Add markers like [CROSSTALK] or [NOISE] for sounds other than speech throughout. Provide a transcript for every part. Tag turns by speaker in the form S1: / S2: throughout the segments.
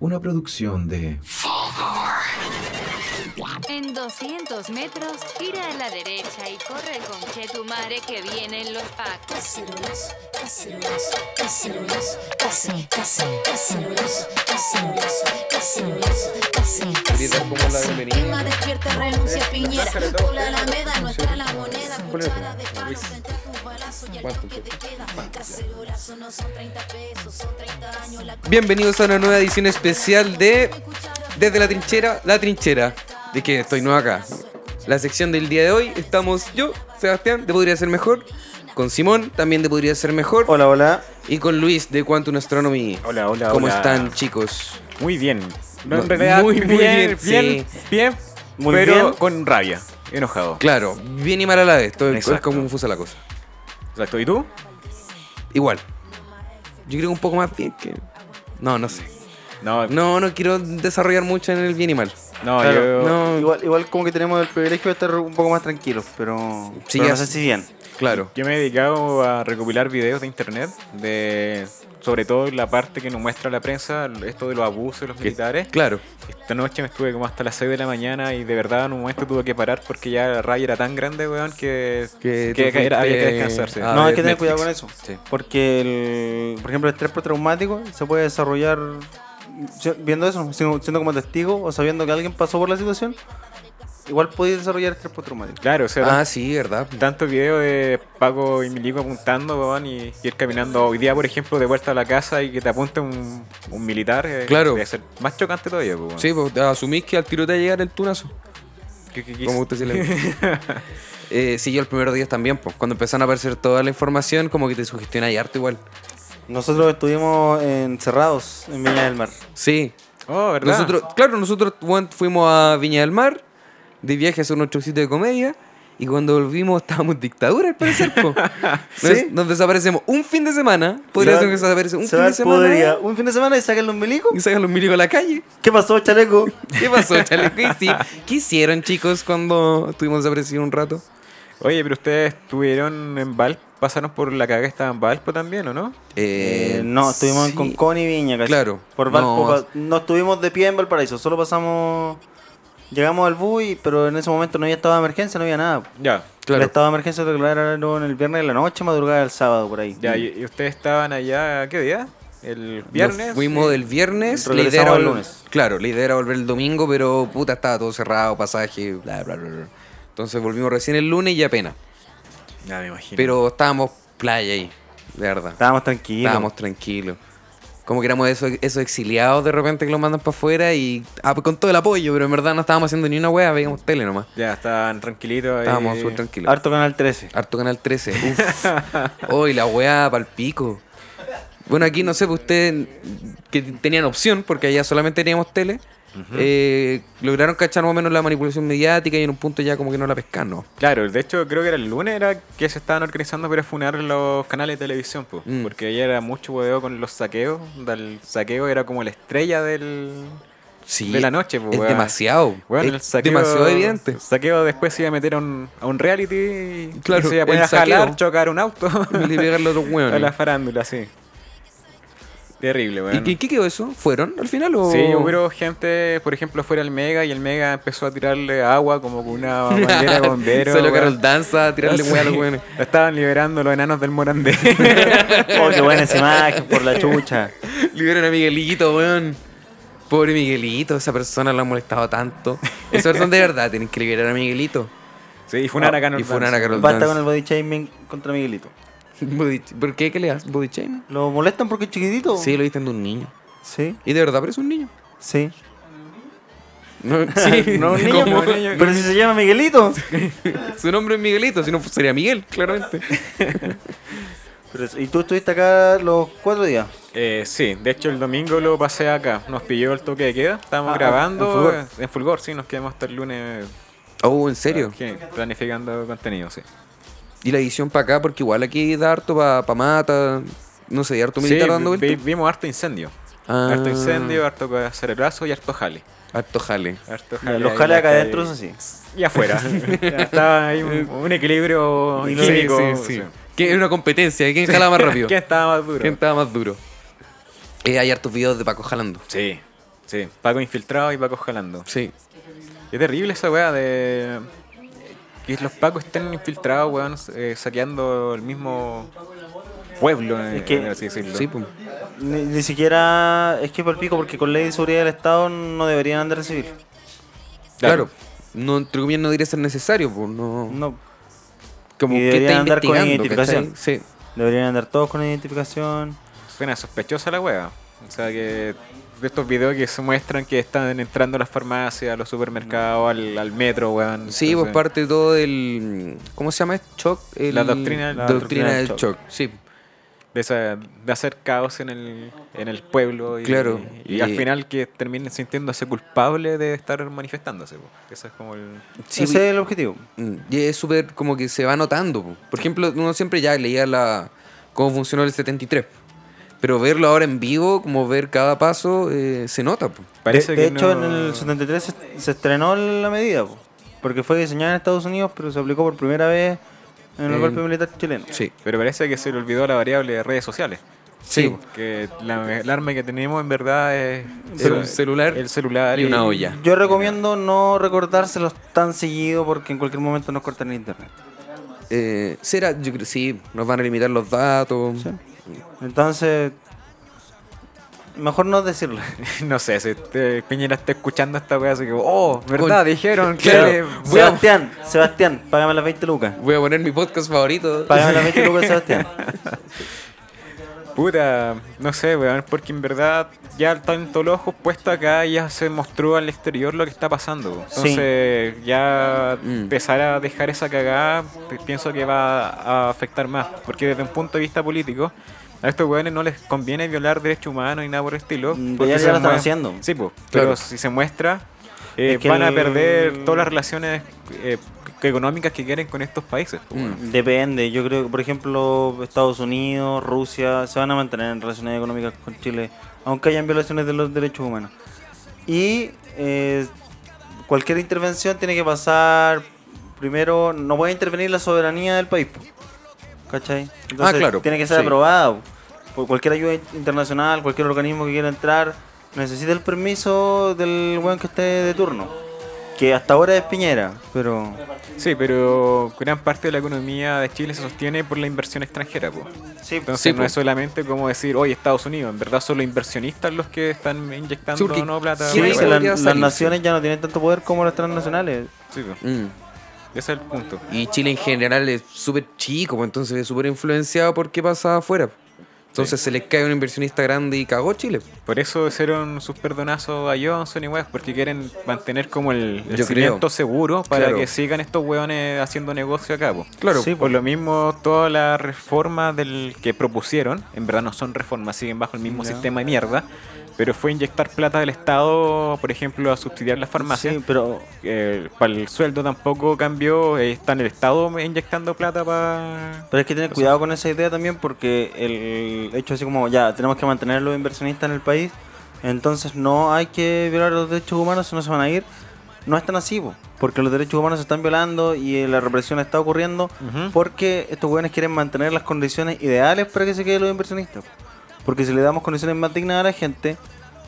S1: Una producción de
S2: En 200 metros, gira a la derecha y corre con Chetumare que vienen los pacos.
S3: Cacerolas, cacerolas, cacerolas, cacen, cacen, cacerolas, cacerolas, cacerolas, cacen,
S4: Quería
S3: cacen,
S4: dar como la
S3: cacen.
S4: bienvenida.
S3: Emma despierta, renuncia a Piñera.
S4: Bájale todo.
S3: Por la Alameda, no está la moneda.
S4: Ponle eso.
S3: Cuchara de palos entre tus balazos y el
S4: ¿Cuánto?
S3: toque te queda. Cacerolazo no son 30 pesos, son 30 años. La
S4: Bienvenidos a una nueva edición especial de Desde la Trinchera, La Trinchera. De que estoy nuevo acá. La sección del día de hoy estamos yo, Sebastián, de Podría Ser Mejor, con Simón, también de Podría Ser Mejor,
S5: Hola, hola.
S4: y con Luis de Quantum Astronomy.
S5: Hola, hola,
S4: ¿Cómo
S5: hola.
S4: están, chicos?
S5: Muy bien. No,
S4: No,
S5: en realidad,
S4: muy,
S5: muy,
S4: muy
S5: bien,
S4: bien,
S5: bien,
S4: sí.
S5: bien,
S4: Muy
S5: pero
S4: bien.
S5: con rabia, enojado.
S4: Claro, bien y mal a la vez, todo- es
S5: Exacto.
S4: confusa la cosa.
S5: Exacto. ¿Y tú?
S4: Igual. Yo creo que un poco más bien que... No, no sé.
S5: No,
S4: No, no quiero desarrollar mucho en el bien y mal.
S5: no,
S6: Claro,
S5: yo-
S4: No.
S6: Igual, igual como que tenemos el privilegio de estar un poco más tranquilos, pero,
S4: Sí,
S6: pero
S4: ya
S6: no sé
S4: sé.
S6: si bien.
S4: Claro.
S5: Yo me he dedicado a recopilar videos de internet, de sobre todo la parte que nos muestra la prensa, esto de los abusos de los militares.
S4: Claro.
S5: Esta noche me estuve como hasta las 6 de la mañana y de verdad en un momento tuve que parar porque ya la rabia era tan grande, weón, que,
S4: Que Ah.
S5: que,
S4: tú
S5: que era- había que
S4: fuiste
S5: descansarse.
S4: a
S6: no, hay
S4: ver
S6: que tener
S4: Netflix.
S6: cuidado con eso.
S4: Sí.
S6: Porque, el, por ejemplo, el estrés postraumático se puede desarrollar si- viendo eso, siendo siendo como testigo o sabiendo que alguien pasó por la situación. Igual puede desarrollar estrés postraumático.
S5: Claro, o sea,
S4: Ah, sí, verdad.
S5: Tanto video de Paco y Milico apuntando, weón, y ir caminando hoy día, por ejemplo, de vuelta a la casa y que te apunte un, un militar. eh,
S4: Claro.
S5: Debe ser más chocante todavía, po, weón.
S4: Sí, pues asumís que al tiro te va a llegar el tunazo.
S5: ¿Qué- qué- qué-
S4: Como usted se
S5: [LAUGHS]
S4: le eh, Sí, yo el primer día también, pues. Cuando empezaron a aparecer toda la información, como que te sugestiona y harto igual.
S6: Nosotros estuvimos encerrados en Viña del Mar.
S4: Sí.
S5: Oh, ¿verdad?
S4: Nosotros, claro, nosotros weón, fuimos a Viña del Mar, de viaje a hacer nuestro sitio de comedia, y cuando volvimos [LAUGHS] estábamos en dictadura, al parecer, [LAUGHS] po. Nos, nos desaparecemos un fin de semana. Podría
S6: Se
S4: ser
S6: va-
S4: que desaparece un
S6: se
S4: fin
S6: va
S4: de
S6: el
S4: semana.
S6: podría. Un fin de semana y sacan los milicos.
S4: Y sacan los milicos a la calle.
S6: ¿Qué pasó, chaleco?
S4: [LAUGHS] ¿Qué pasó, chaleco? Y sí, ¿Qué hicieron, chicos, cuando estuvimos desaparecidos un rato?
S5: Oye, pero ustedes estuvieron en Valpo, pasaron por la caga que estaba en Valpo también, ¿o no?
S6: Eh, no, estuvimos
S4: sí.
S6: en Concón y Viña, casi.
S4: Claro,
S6: Por Valpo,
S4: no.
S6: pa- no. estuvimos de pie en Valparaíso, solo pasamos. Llegamos al bus, y- pero en ese momento no había estado de emergencia, no había nada.
S5: Ya.
S4: Claro.
S6: El estado de emergencia lo declararon el viernes de la noche, madrugada del sábado, por ahí.
S5: Ya, y, y ustedes estaban allá, ¿qué día? ¿El viernes?
S4: Nos fuimos del viernes, la
S6: Regresamos
S4: idea era
S6: el
S4: vol-
S6: lunes.
S4: Claro, la idea era volver el domingo, pero puta, estaba todo cerrado, pasaje, bla, bla, bla. bla. Entonces volvimos recién el lunes y apenas.
S5: Ya, me imagino.
S4: Pero estábamos playa ahí, de verdad.
S6: Estábamos tranquilos.
S4: Estábamos tranquilos. Como que éramos esos, esos exiliados de repente que los mandan para afuera y ah, con todo el apoyo, pero en verdad no estábamos haciendo ni una wea, veíamos tele nomás.
S5: Ya, estaban tranquilitos. ahí.
S6: Eh,
S4: Estábamos súper tranquilos.
S6: Harto Canal 13.
S4: Harto Canal
S5: [LAUGHS]
S4: 13. Uf. Hoy la weá pa'l pico. Bueno, aquí no sé, pues ustedes que tenían opción, porque allá solamente teníamos tele, eh, lograron cachar más o menos la manipulación mediática y en un punto ya como que no la pescan, ¿no?
S5: Claro, de hecho creo que era el lunes era que se estaban organizando para funar los canales de televisión, pues,
S4: Mm.
S5: porque ahí era mucho hueveo con los saqueos, onda, el saqueo era como la estrella del...
S4: Sí.
S5: De la noche, pues,
S4: Es
S5: weá.
S4: demasiado.
S5: Bueno, el
S4: es
S5: saqueo,
S4: demasiado evidente.
S5: El saqueo después se iba a meter a un, a un reality y- y
S4: Claro,
S5: se iba a poner
S4: el
S5: a jalar,
S4: saqueo.
S5: chocar un auto
S4: [LAUGHS] Y le pegan los otros
S5: [LAUGHS] a
S4: weones.
S5: la farándula, sí. Terrible,
S4: ¿Y
S5: weón.
S4: qué, qué quedó eso? ¿Fueron al final o...?
S5: Sí, hubo gente, por ejemplo, fuera el Mega y el Mega empezó a tirarle agua como con
S4: [LAUGHS]
S5: una bandera de bomberos.
S4: Solo
S5: weón.
S4: Carol danza, tirarle
S5: Sí.
S4: weá a los weones.
S5: Estaban liberando los enanos del Morandé.
S6: [LAUGHS] Oh, qué buena esa imagen, por la chucha.
S4: Liberan a Miguelito, weón. Pobre Miguelito, esa persona lo ha molestado tanto. Esa persona de verdad tienen que liberar a Miguelito.
S5: [LAUGHS]
S4: Ah,
S5: sí, y funar a Carol
S4: Oh, Y funar a
S5: Dance.
S4: Carol
S6: Basta con
S4: Dance.
S6: el body shaming contra Miguelito.
S4: [LAUGHS] Body- ¿Por qué? ¿Qué le das? ¿Body shame?
S6: ¿Lo molestan porque es chiquitito?
S4: Sí, lo dicen de un niño.
S6: Sí,
S4: Y de verdad, pero es un niño. [LAUGHS]
S6: sí.
S4: No, [LAUGHS] sí,
S6: No, un niño,
S4: ¿cómo?
S6: no, un niño. Pero si se llama
S4: [LAUGHS]
S6: Miguelito.
S4: Su nombre es Miguelito, si no sería Miguel, claramente.
S6: Pero- y tú estuviste acá los cuatro días.
S5: Eh, sí, de hecho el domingo lo pasé acá. Nos pilló el toque de queda. Estábamos
S6: Ah,
S5: grabando
S6: en Fulgor.
S5: eh, en Fulgor, sí. Nos quedamos hasta el lunes eh,
S4: Oh, ¿en serio?
S5: aquí, planificando contenido, sí.
S4: Y la edición para acá, porque igual aquí da harto para mata, no sé, harto
S5: Sí,
S4: militar dando
S5: vi-
S4: vueltas.
S5: vimos harto incendio.
S4: Ah.
S5: Harto incendio, harto cerebrazo y harto jale.
S4: Harto jale.
S5: Harto
S6: Ya,
S5: jale
S6: Los
S5: ahí
S6: jale
S5: en la
S6: acá
S5: calle.
S6: adentro, eso sí.
S5: Y
S6: [LAUGHS]
S5: afuera. Ya Estaba ahí un, un equilibrio
S4: Sí,
S5: químico.
S4: sí, sí. Que era una competencia, ¿quién
S5: [LAUGHS]
S4: jalaba más rápido?
S5: ¿Quién estaba más duro?
S4: ¿Quién estaba más duro? Eh, hay hartos videos de Paco jalando.
S5: Sí. Sí, Paco infiltrado y Paco jalando.
S4: Sí.
S5: Es terrible esa weá de. Que los pacos estén infiltrados, weón, eh, saqueando el mismo pueblo, eh,
S6: Es que- pues,
S5: por así decirlo.
S4: Sí, pum.
S6: Ni, ni siquiera es que palpico porque con ley de seguridad del Estado no deberían andar a recibir.
S4: Claro.
S5: Claro.
S4: No, entre comillas, no diría ser necesario, pues no.
S6: No,
S4: Como
S6: Y
S4: que
S6: deberían
S4: está
S6: andar con
S4: investigando,
S6: identificación.
S4: ¿cachai? Sí.
S6: deberían andar todos con identificación.
S5: Suena sospechosa la weá. O sea que de estos videos que se muestran que están entrando a las farmacias, a los supermercados, al, al metro, weón.
S4: Sí, pues
S5: Entonces,
S4: parte todo del. ¿Cómo se llama? ¿Es ¿Shock? El-
S5: La doctrina- la
S4: doctrina,
S5: doctrina
S4: del
S5: del
S4: shock. Sí.
S5: De, esa- de hacer caos en el, en el pueblo. Y,
S4: Claro.
S5: Y, al
S4: Y-
S5: final que terminen sintiéndose culpables de estar manifestándose. po. Ese es como el.
S4: Sí,
S6: Ese es el objetivo.
S4: Mm, Y es súper como que se va notando. po. Por ejemplo, uno siempre ya leía la cómo funcionó el 73. Pero verlo ahora en vivo, como ver cada paso, eh, se nota. po.
S6: De,
S5: Parece
S6: de
S5: que
S6: hecho,
S5: no-
S6: en el 73 se, se estrenó la medida, po, porque fue diseñada en Estados Unidos, pero se aplicó por primera vez en el
S5: Eh,
S4: En-
S6: golpe militar chileno.
S4: Sí.
S5: Pero parece que se le olvidó la variable de redes sociales.
S4: Sí.
S5: Que la, el arma que tenemos en verdad es.
S4: Cel- celular
S5: El celular
S4: y una olla.
S6: Yo recomiendo no recordárselos tan seguido porque en cualquier momento nos cortan el internet.
S4: Eh, será, yo creo, sí, nos van a limitar los datos.
S6: Entonces, mejor no decirlo.
S5: [LAUGHS] No sé, si este Piñera está escuchando esta wea, así que, oh, ¿verdad?
S4: Con-
S5: Dijeron
S4: [LAUGHS]
S5: que.
S4: Claro.
S5: voy a-
S6: Sebastián, Sebastián, págame las 20 lucas.
S4: Voy a poner mi podcast favorito.
S6: Págame las
S5: [LAUGHS]
S6: 20 lucas, Sebastián.
S5: Puta, no sé, weón, porque en verdad ya tanto los ojos puestos acá ya se mostró al exterior lo que está pasando.
S6: Sí.
S5: Entonces, ya
S4: Mm.
S5: empezar a dejar esa cagada, pi- pienso que va a afectar más. Porque desde un punto de vista político, a estos weones no les conviene violar derechos humanos ni nada por el estilo.
S6: Mm,
S5: porque
S6: ya-
S5: se
S6: ya lo están
S5: mue-
S6: haciendo.
S5: Sí, pues,
S4: Claro.
S5: pero si se muestra, eh,
S6: Es que
S5: van a
S6: el-
S5: perder todas las relaciones eh, económicas que quieren con estos países. po, weón.
S4: Mm.
S6: Depende, yo creo que por ejemplo Estados Unidos, Rusia, se van a mantener en relaciones económicas con Chile, aunque hayan violaciones de los derechos humanos. Y eh, cualquier intervención tiene que pasar, primero, no puede intervenir la soberanía del país. po. ¿Cachai? Entonces,
S4: Ah, claro,
S6: Tiene que ser
S4: sí.
S6: aprobado. Por cualquier ayuda in- internacional, cualquier organismo que quiera entrar, necesita el permiso del weón que esté de turno. Que hasta ahora es Piñera, pero...
S5: Sí, pero gran parte de la economía de Chile se sostiene por la inversión extranjera. po.
S6: Sí,
S5: Entonces
S4: Sí,
S5: no
S4: po.
S5: es solamente como decir, oye, Estados Unidos, en verdad son los inversionistas los que están
S4: Sí,
S5: inyectando
S4: porque
S5: no plata.
S4: ¿quién
S5: weá,
S6: Sí, pues,
S4: se
S5: weá.
S6: la-
S4: podría
S6: las
S4: salir,
S6: naciones ya no tienen tanto poder como las transnacionales.
S5: Sí, po.
S4: Mm.
S5: Ese es el punto.
S4: Y Chile en general es súper chico, pues, entonces es súper influenciado por qué pasa afuera. Entonces se les cae un inversionista grande y cagó Chile.
S5: Por eso hicieron sus perdonazos a Johnson y weas, porque quieren mantener como el, el
S4: Yo creo.
S5: cimiento seguro para
S4: Claro.
S5: que sigan estos weones haciendo negocio acá. po.
S4: Claro.
S6: Sí,
S5: Por lo mismo, todas las reformas del que propusieron, en verdad no son reformas, siguen bajo el mismo sistema de mierda, pero fue inyectar plata del Estado, por ejemplo, a subsidiar las farmacias.
S6: Sí, pero
S5: Eh, para el sueldo tampoco cambió, eh, está en el Estado inyectando plata para...
S6: pero hay que tener cuidado con esa idea también porque el hecho así como ya tenemos que mantener a los inversionistas en el país, entonces no hay que violar los derechos humanos, si no se van a ir. No es tan así, po, porque los derechos humanos se están violando y eh, la represión está ocurriendo
S5: Ujú.
S6: porque estos jóvenes quieren mantener las condiciones ideales para que se queden los inversionistas. Porque si le damos condiciones más dignas a la gente,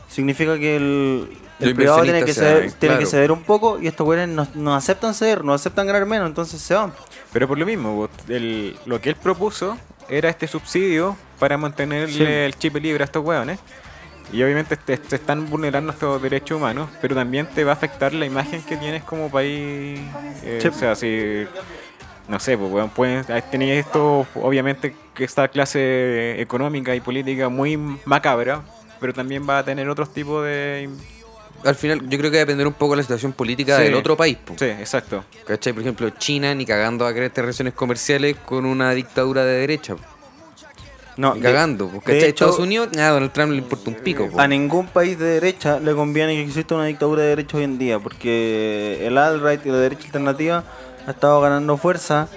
S6: significa que el, el
S4: Los
S6: privado
S4: inversionistas
S6: tiene que,
S4: se
S6: ceder,
S4: van,
S6: tiene que
S4: claro.
S6: ceder un poco y estos güeyes no, no aceptan ceder, no aceptan ganar menos, entonces se van.
S5: Pero por lo mismo, vos, el- lo que él propuso era este subsidio para mantenerle el chip libre a estos hueones. Y obviamente te, te están vulnerando estos derechos humanos, pero también te va a afectar la imagen que tienes como país. eh,
S6: Sí.
S5: O sea, si... No sé, pues, weón, pueden tener esto, obviamente, que esta clase económica y política muy macabra, pero también va a tener otros tipos de...
S4: Al final, yo creo que va a depender un poco de la situación política
S5: Sí.
S4: del otro país. po.
S5: Sí, exacto.
S4: ¿Cachai? Por ejemplo, China ni cagando va a crear relaciones comerciales con una dictadura de derecha. po.
S6: No,
S4: Ni
S6: Ah, de-
S4: cagando. po.
S6: de
S4: ¿Cachai?
S6: hecho,
S4: Estados Unidos, nada, a Donald Trump le importa un pico. pues. po.
S6: A ningún país de derecha le conviene que exista una dictadura de derecha hoy en día, porque el alt-right y la derecha alternativa ha estado ganando fuerza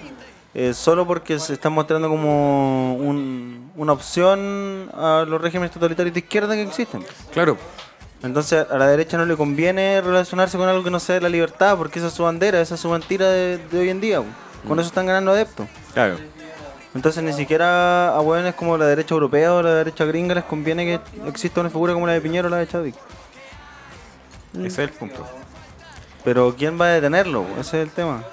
S6: eh, solo porque se está mostrando como un- una opción a los regímenes totalitarios de izquierda que existen.
S4: Claro.
S6: Entonces a la derecha no le conviene relacionarse con algo que no sea la libertad, porque esa es su bandera, esa es su mentira de, de hoy en día. po. Con eso están ganando adeptos.
S5: Claro.
S6: Entonces ni siquiera a hueones como la derecha europea o la derecha gringa les conviene que exista una figura como la de Piñero o la de Chávez.
S5: Ese es el punto.
S6: Pero ¿quién va a detenerlo? Ese es el tema.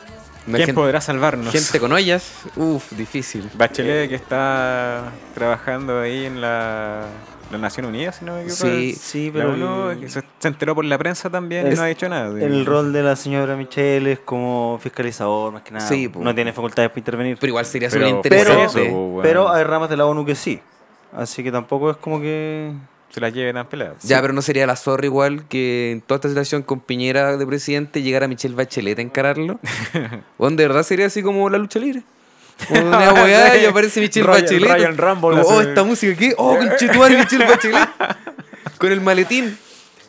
S4: No hay
S5: ¿Quién
S4: gen-
S5: podrá salvarnos?
S4: gente con ollas, uff, difícil.
S5: Bachelet que está trabajando ahí en la, la Nación Unida, si no me equivoco.
S4: Sí,
S6: sí,
S5: La
S6: pero
S5: ONU,
S6: el-
S5: que se, se enteró por la prensa también y
S6: Es-
S5: no ha dicho nada. sí.
S6: El rol de la señora Michelle es como fiscalizador, más que nada.
S4: Sí, po.
S6: no tiene facultades para intervenir.
S4: Pero igual sería
S5: Pero-
S4: súper
S6: Pero,
S4: interesante.
S5: eso, po, weón.
S6: pero hay ramas de la ONU que sí. Así que tampoco es como que...
S5: Se la lleve tan pelada.
S4: Ya, pero no sería la zorra igual que en toda esta situación con Piñera de presidente llegara Michelle Bachelet a encararlo.
S5: [LAUGHS]
S4: o de verdad sería así como la lucha libre. Como
S5: [LAUGHS]
S4: Una weá y aparece Michelle
S5: Ryan-
S4: Bachelet.
S5: Ryan Rambo lo
S4: Como, oh,
S5: hace.
S4: esta música aquí. Oh, conchetumare Michelle
S5: [LAUGHS]
S4: Bachelet. con el maletín.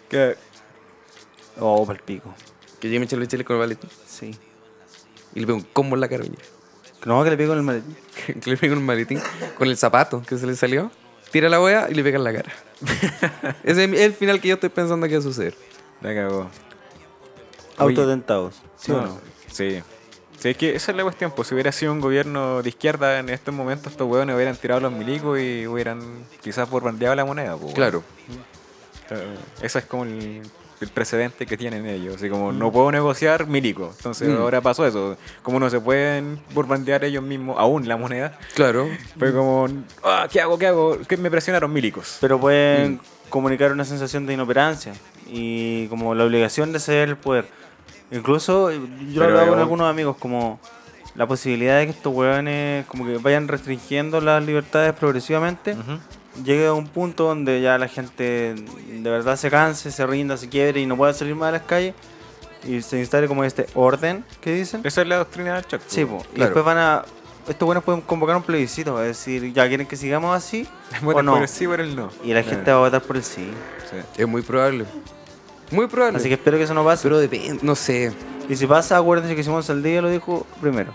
S5: Que-
S6: Oh, palpico.
S4: Que llegue Michelle Bachelet con el maletín.
S6: Sí.
S4: Y le pega un combo en la cara. oye.
S6: No, que le pego en el maletín.
S4: [LAUGHS] que le pega un maletín con el zapato que se le salió. Tira la weá y le pega en la
S5: [LAUGHS]
S4: cara. Ese es el final que yo estoy pensando que va a suceder.
S5: La cagó. Oye.
S6: Autoatentados. ¿Sí o no?
S5: Sí. Sí, es que esa es la cuestión. Pues si hubiera sido un gobierno de izquierda en estos momentos, estos hueones hubieran tirado los milicos y hubieran quizás borbandeado la moneda. pues, weón.
S4: Claro.
S5: Eh, Ese es como el, el precedente que tienen ellos. Así como,
S6: Mm.
S5: no puedo negociar milico. Entonces
S4: Mm.
S5: ahora pasó eso. Como no se pueden borbandear ellos mismos aún la moneda,
S4: Claro.
S5: fue como, "Ah, ¿qué hago? ¿Qué hago? Que me presionaron milicos.
S6: Mm. Pero pueden comunicar una sensación de inoperancia y como la obligación de ceder el poder. Incluso eh, yo
S5: Pero,
S6: lo hablaba con
S5: eh,
S6: algunos amigos como la posibilidad de que estos hueones como que vayan restringiendo las libertades progresivamente. Llegue a un punto donde ya la gente de verdad se canse, se rinda, se quiebre y no pueda salir más a las calles y se instale como este orden que dicen.
S5: Esa es la doctrina del Chuck. pues.
S6: Sí, po. y
S4: Claro.
S6: después van a... Estos buenos pueden convocar un plebiscito, es decir, ya quieren que sigamos
S5: [LAUGHS]
S6: así o
S5: Voten
S6: no.
S5: por el sí, por el no.
S6: Y la
S4: Eh.
S6: gente va a votar por el sí.
S5: Sí.
S4: Es muy probable. Muy probable.
S6: Así que espero que eso no pase.
S4: Pero depende, no sé.
S6: Y si pasa, acuérdense que Simón Saldivia lo dijo primero.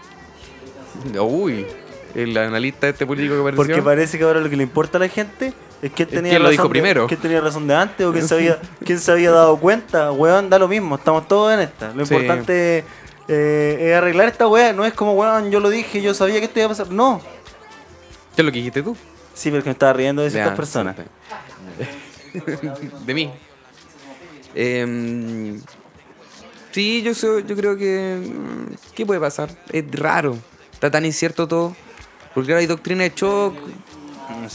S4: Uy, el analista este político que apareció.
S6: Porque parece que ahora lo que le importa a la gente es quién tenía
S4: quién lo
S6: razón
S4: dijo
S6: de-
S4: primero.
S6: quién tenía razón de antes o quién se había, quién se había dado cuenta. Weón, da lo mismo, estamos todos en esta. Lo
S4: Sí.
S6: importante eh, es arreglar esta weá. No es como, weón, yo lo dije, yo sabía que esto iba a pasar. No.
S4: ¿Qué es lo que dijiste tú?
S6: Sí, pero que me estaba riendo de ciertas
S4: Ya,
S6: personas.
S4: [LAUGHS] De mí. Em, sí, yo, soy- yo creo que... mm, ¿Qué puede pasar? Es raro. Está tan incierto todo. Porque ahora hay doctrina de shock,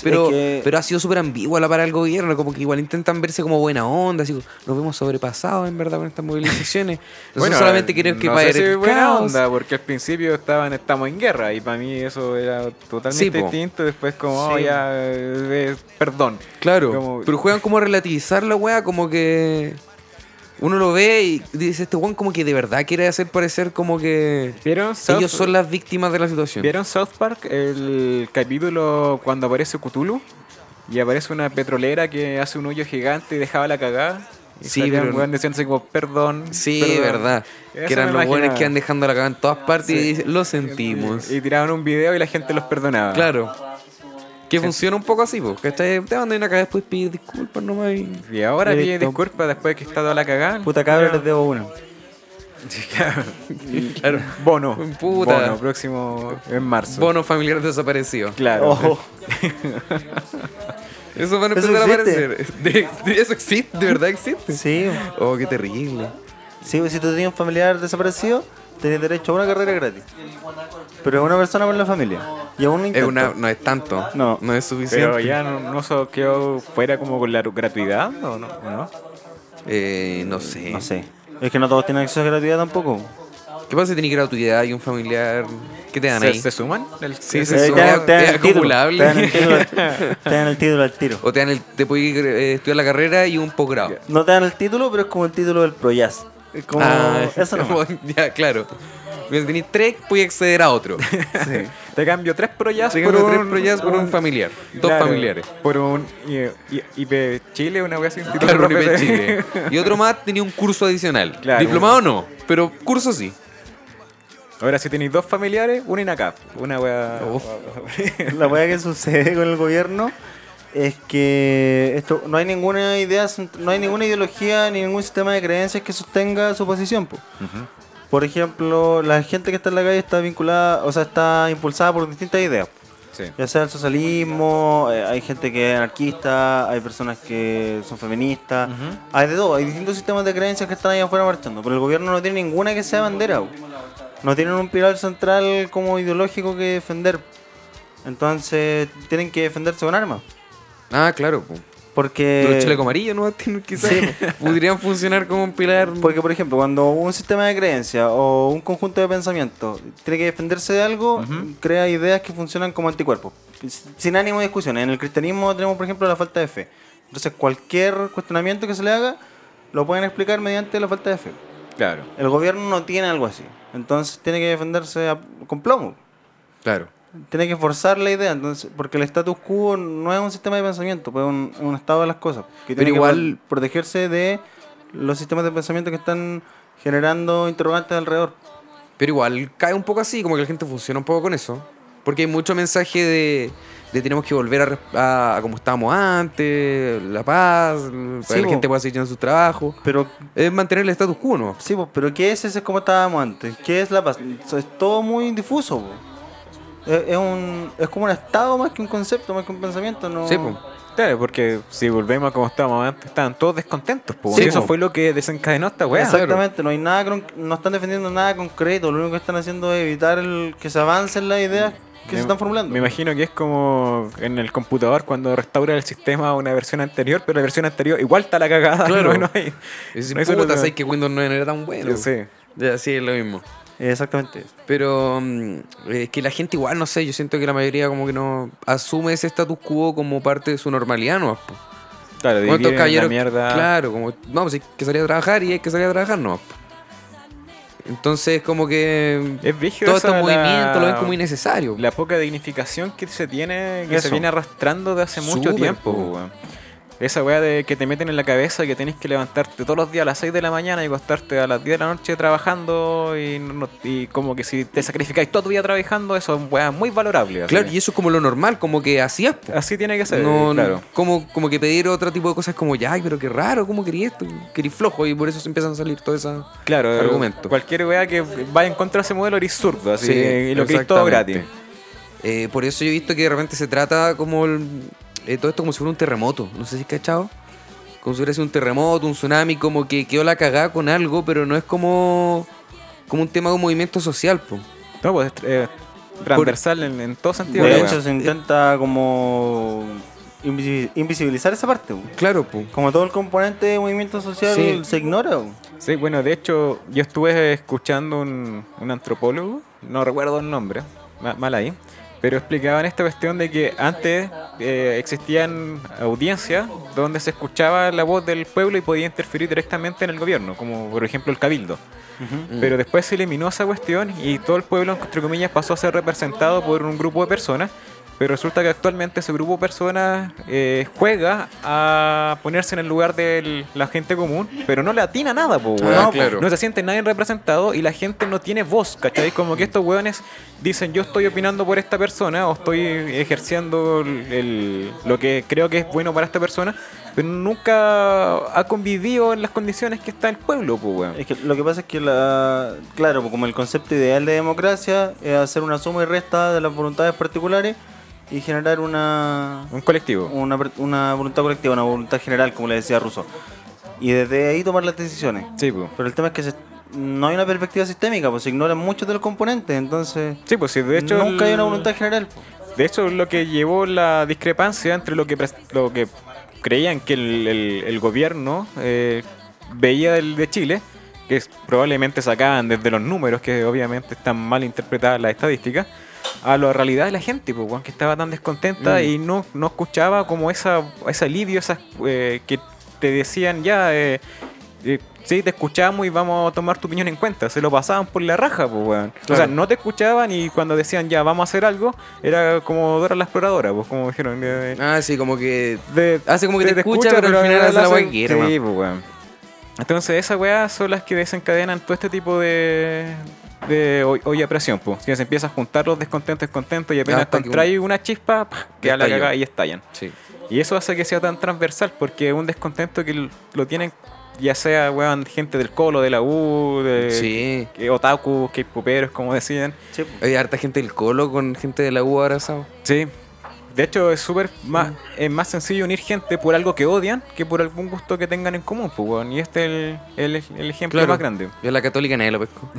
S4: pero,
S6: Es que-
S4: pero ha sido súper ambigua la para el gobierno, como que igual intentan verse como buena onda, así como, nos vemos sobrepasados en verdad con estas
S5: [LAUGHS]
S4: movilizaciones. Nosotros solamente queremos que
S5: no
S4: vaya
S5: sé si
S4: el
S5: buena
S4: caos.
S5: onda, porque al principio estaban, estamos en guerra y para mí eso era totalmente
S4: Sí, po.
S5: distinto. Después como, oh,
S6: Sí.
S5: ya, eh, eh, perdón.
S4: Claro,
S5: Como-
S4: pero juegan como a relativizar la weá, como que uno lo ve y dice, este weón como que de verdad quiere hacer parecer como que
S5: ¿Vieron South,
S4: ellos son las víctimas de la situación.
S5: ¿Vieron South Park? El capítulo cuando aparece Cthulhu y aparece una petrolera que hace un hoyo gigante y dejaba la cagada. Y
S4: Sí,
S5: salía un
S4: pero-
S5: weón diciéndose como, perdón.
S4: Sí,
S5: perdón".
S4: verdad.
S5: Eso
S4: que eran
S5: me
S4: los buenos
S5: imaginaba.
S4: que han dejando la cagada en todas partes y dicen, lo sentimos.
S5: Y tiraban un video y la gente los perdonaba.
S4: Claro. Que funciona un poco así, pues. ¿Cachai? Te mandan una cagada después pide disculpas nomás y...
S5: Y ahora pide
S6: Directo.
S5: disculpas después de que está toda la cagada.
S6: Puta cabra, les debo uno.
S4: Claro.
S5: Bono.
S4: Puta.
S5: Bono, próximo en marzo.
S4: Bono familiar desaparecido. [LAUGHS]
S5: Claro.
S6: Ojo.
S4: Eso van a
S6: ¿Eso
S4: empezar a
S6: existe?
S4: aparecer. [LAUGHS] De- de- eso existe, de verdad existe.
S6: Sí.
S4: Oh, qué terrible.
S6: Sí, pues, si tú tenías un familiar desaparecido, tenías derecho a una carrera gratis. Pero es una persona por la familia. Y a un
S4: Es
S6: intento.
S4: una, no es tanto.
S6: No.
S4: No es suficiente.
S5: Pero ya no, no se quedó fuera como con la gratuidad, ¿o no? ¿O no?
S4: Eh, no sé.
S6: No sé. Es que no todos tienen acceso a gratuidad tampoco.
S4: ¿Qué pasa si tenés gratuidad y un familiar? ¿Qué te dan
S5: ¿Se,
S4: ahí?
S5: se suman? El-
S4: Sí,
S5: ese-
S4: se
S6: Eh,
S4: suma,
S6: dan- dan
S4: es
S6: el título,
S4: acumulable.
S6: Te dan el
S4: [LAUGHS]
S6: título, al- te dan el título al tiro.
S4: O te dan el, te puedes eh, estudiar la carrera y un posgrado.
S6: No te dan el título, pero es como el título del Pro Jazz. Es como.
S4: Ah,
S6: eso no.
S4: [LAUGHS] como- ya, claro. Si tenés tres, puedes acceder a
S6: [LAUGHS]
S4: otro.
S5: [LAUGHS] Te cambio tres proyas
S4: Así que
S5: por,
S4: los
S5: un,
S4: tres proyectos por un familiar. Dos
S5: claro,
S4: familiares.
S5: Por un I- I- IP Chile, una wea sin título.
S4: Claro, un IP
S5: profe.
S4: Chile. [LAUGHS] Y otro más tenía un curso adicional.
S5: Claro.
S4: Diplomado no, pero curso sí.
S5: [LAUGHS] Ahora, si tenéis dos familiares, una INACAP. Una wea.
S4: Uf.
S6: [LAUGHS] La weá que sucede con el gobierno es que esto no hay ninguna idea, cent- no hay ninguna ideología ni ningún sistema de creencias que sostenga su posición. po. Por ejemplo, la gente que está en la calle está vinculada, o sea, está impulsada por distintas ideas.
S5: Sí.
S6: Ya sea el socialismo, eh, hay gente que es anarquista, hay personas que son feministas, hay de todo, hay distintos sistemas de creencias que están allá afuera marchando, pero el gobierno no tiene ninguna que sea bandera. bu. No tienen un pilar central como ideológico que defender. Entonces tienen que defenderse con armas.
S4: Ah, claro. po. Eh,
S6: Porque...
S4: Los chalecos amarillos [LAUGHS] no tienen quizás. Podrían funcionar como un pilar.
S6: Porque, por ejemplo, cuando un sistema de creencias o un conjunto de pensamientos tiene que defenderse de algo, crea ideas que funcionan como anticuerpos. Sin ánimo de discusión. En el cristianismo tenemos, por ejemplo, la falta de fe. Entonces, cualquier cuestionamiento que se le haga, lo pueden explicar mediante la falta de fe.
S5: Claro.
S6: El gobierno no tiene algo así. Entonces, tiene que defenderse a- con plomo.
S4: Claro.
S6: Tiene que forzar la idea. entonces Porque el status quo no es un sistema de pensamiento, pues es un, es un estado de las cosas. Que
S4: Pero
S6: tiene que
S4: igual-
S6: pro- protegerse de los sistemas de pensamiento que están generando interrogantes alrededor.
S4: Pero igual cae un poco así, como que la gente funciona un poco con eso. Porque hay mucho mensaje de, de tenemos que volver a, res- a- a como estábamos antes, la paz, para que
S6: po.
S4: la gente pueda seguir haciendo su trabajo.
S6: Pero,
S4: Es mantener el status quo, ¿no?
S6: sí, pues, pero ¿qué es ese como estábamos antes? ¿Qué es la paz? O sea, es todo muy difuso. po. Es, es un, es como un estado más que un concepto, más que un pensamiento. No...
S4: Sí, pues, po.
S5: Claro, porque si volvemos a como estábamos antes, estaban todos descontentos. po.
S4: Sí,
S5: eso
S4: po.
S5: fue lo que desencadenó esta weá.
S6: Exactamente, no hay nada, cron- no están defendiendo nada concreto, lo único que están haciendo es evitar el, que se avancen las ideas que
S5: Me-
S6: se están formulando.
S5: Me imagino que es como en el computador cuando restaura el sistema a una versión anterior, pero la versión anterior igual está la cagada. [LAUGHS]
S4: Claro.
S5: No, no hay.
S4: Es decir,
S5: no hay
S4: puta,
S5: solución.
S4: sabes que Windows no era tan bueno.
S5: Sí.
S4: Ya, sí, es lo mismo.
S6: Exactamente.
S4: Pero mm, es que la gente igual, no sé, yo siento que la mayoría como que no asume ese status quo como parte de su normalidad, ¿no? Po.
S5: Claro,
S4: Como estos
S5: dividen la
S4: caballeros-
S5: mierda.
S4: Claro, como, no, pues hay que salir a trabajar y hay que salir a trabajar, ¿no? Po. Entonces como que
S5: Es brígido
S4: todo
S5: esa
S4: este
S5: la-
S4: movimiento lo ven como innecesario.
S5: La poca dignificación que se tiene, que
S6: Eso.
S5: se viene arrastrando de hace mucho
S4: Súper,
S5: tiempo,
S4: po.
S5: weón. Esa weá de que te meten en la cabeza que tenés que levantarte todos los días a las 6 de la mañana y acostarte a las 10 de la noche trabajando y, no- no- y como que si te sacrificáis todo tu día trabajando, eso es weá muy valorable. así.
S4: Claro, y eso es como lo normal, como que hacías, po.
S5: Así tiene que ser,
S4: No,
S5: claro.
S4: como, como que pedir otro tipo de cosas como, ya, ay, pero qué raro, ¿cómo quería esto? Querí flojo y por eso se empiezan a salir todas esas...
S5: Claro, eh,
S4: Argumento.
S5: cualquier weá que vaya en contra de ese modelo eres zurdo, así
S4: Sí,
S5: y lo que es todo gratis.
S4: exactamente. Eh, por eso yo he visto que de repente se trata como el- eh, todo esto como si fuera un terremoto. No sé si cachado. Como si hubiera sido un terremoto, un tsunami, como que quedó la cagada con algo, pero no es como, como un tema de un movimiento social. po.
S5: No, pues eh, transversal en, en todo sentido.
S6: De
S5: la
S6: hecho,
S5: weá.
S6: se intenta como invisi- invisibilizar esa parte. bu.
S4: Claro, po.
S6: Como todo el componente de movimiento social
S4: Sí.
S6: se ignora. bu.
S5: Sí, bueno, de hecho, yo estuve escuchando un, un antropólogo, no recuerdo el nombre, ma- mal ahí, pero explicaban esta cuestión de que antes eh, existían audiencias donde se escuchaba la voz del pueblo y podía interferir directamente en el gobierno, como por ejemplo el cabildo.
S4: Mm.
S5: Pero después se eliminó esa cuestión y todo el pueblo, entre comillas, pasó a ser representado por un grupo de personas. Pero resulta que actualmente ese grupo de personas eh, juega a ponerse en el lugar de la gente común, pero no le atina a nada, po,
S4: Ah,
S5: weón.
S4: claro.
S5: No se siente nadie representado y la gente no tiene voz, ¿cachai? Como que estos weones dicen yo estoy opinando por esta persona o estoy ejerciendo el- el- lo que creo que es bueno para esta persona, pero nunca ha convivido en las condiciones que está el pueblo, po, weón.
S6: Es que lo que pasa es que, la, claro, pues como el concepto ideal de democracia es hacer una suma y resta de las voluntades particulares y generar una,
S5: Un colectivo.
S6: una, per- una voluntad colectiva, una voluntad general, como le decía Rousseau. Y desde ahí tomar las decisiones.
S5: Sí, po.
S6: Pero el tema es que se- no hay una perspectiva sistémica, pues se ignoran muchos de los componentes, entonces
S5: Sí, pues sí, de hecho.
S6: nunca hay una
S5: el-
S6: voluntad general. po.
S5: De hecho, lo que llevó la discrepancia entre lo que, pres- lo que creían que el, el- el gobierno eh, veía del de Chile, que es- probablemente sacaban desde los números, que obviamente están mal interpretadas las estadísticas, a la realidad de la gente, pues, weón, que estaba tan descontenta
S6: Mm.
S5: y no, no escuchaba como esa, ese alivio, esas eh, que te decían ya. Eh, eh, Sí, te escuchamos y vamos a tomar tu opinión en cuenta. Se lo pasaban por la raja, pues, weón. O sea,
S4: Claro.
S5: no te escuchaban y cuando decían ya vamos a hacer algo, era como Dora la exploradora, pues, como dijeron. eh,
S4: Ah, sí, como que...
S5: de-
S4: Hace como que te escucha, pero al final hace la weá que quiere,
S5: Sí, pues, weón. Entonces, esas weas son las que desencadenan todo este tipo de. de hoy, hoy presión, pues. Que se empieza a juntar los descontentos, contentos y apenas
S4: Hasta que
S5: contrae una chispa, ¡pah! queda la
S4: Estalló.
S5: cagada y estallan.
S4: Sí.
S5: Y eso hace que sea tan transversal, porque es un descontento que l- lo tienen ya sea, weón, gente del Colo, de la U, de
S4: Sí.
S5: que- otaku, K-poperos, como decían.
S6: Sí, po.
S4: Hay harta gente del Colo con gente de la U abrazado.
S5: Sí. De hecho, es súper
S4: Mm.
S5: más, es más sencillo unir gente por algo que odian que por algún gusto que tengan en común, pues, weón. Y este es el, el- el ejemplo más grande.
S4: Yo a la católica nadie lo
S5: [LAUGHS]
S4: pesco.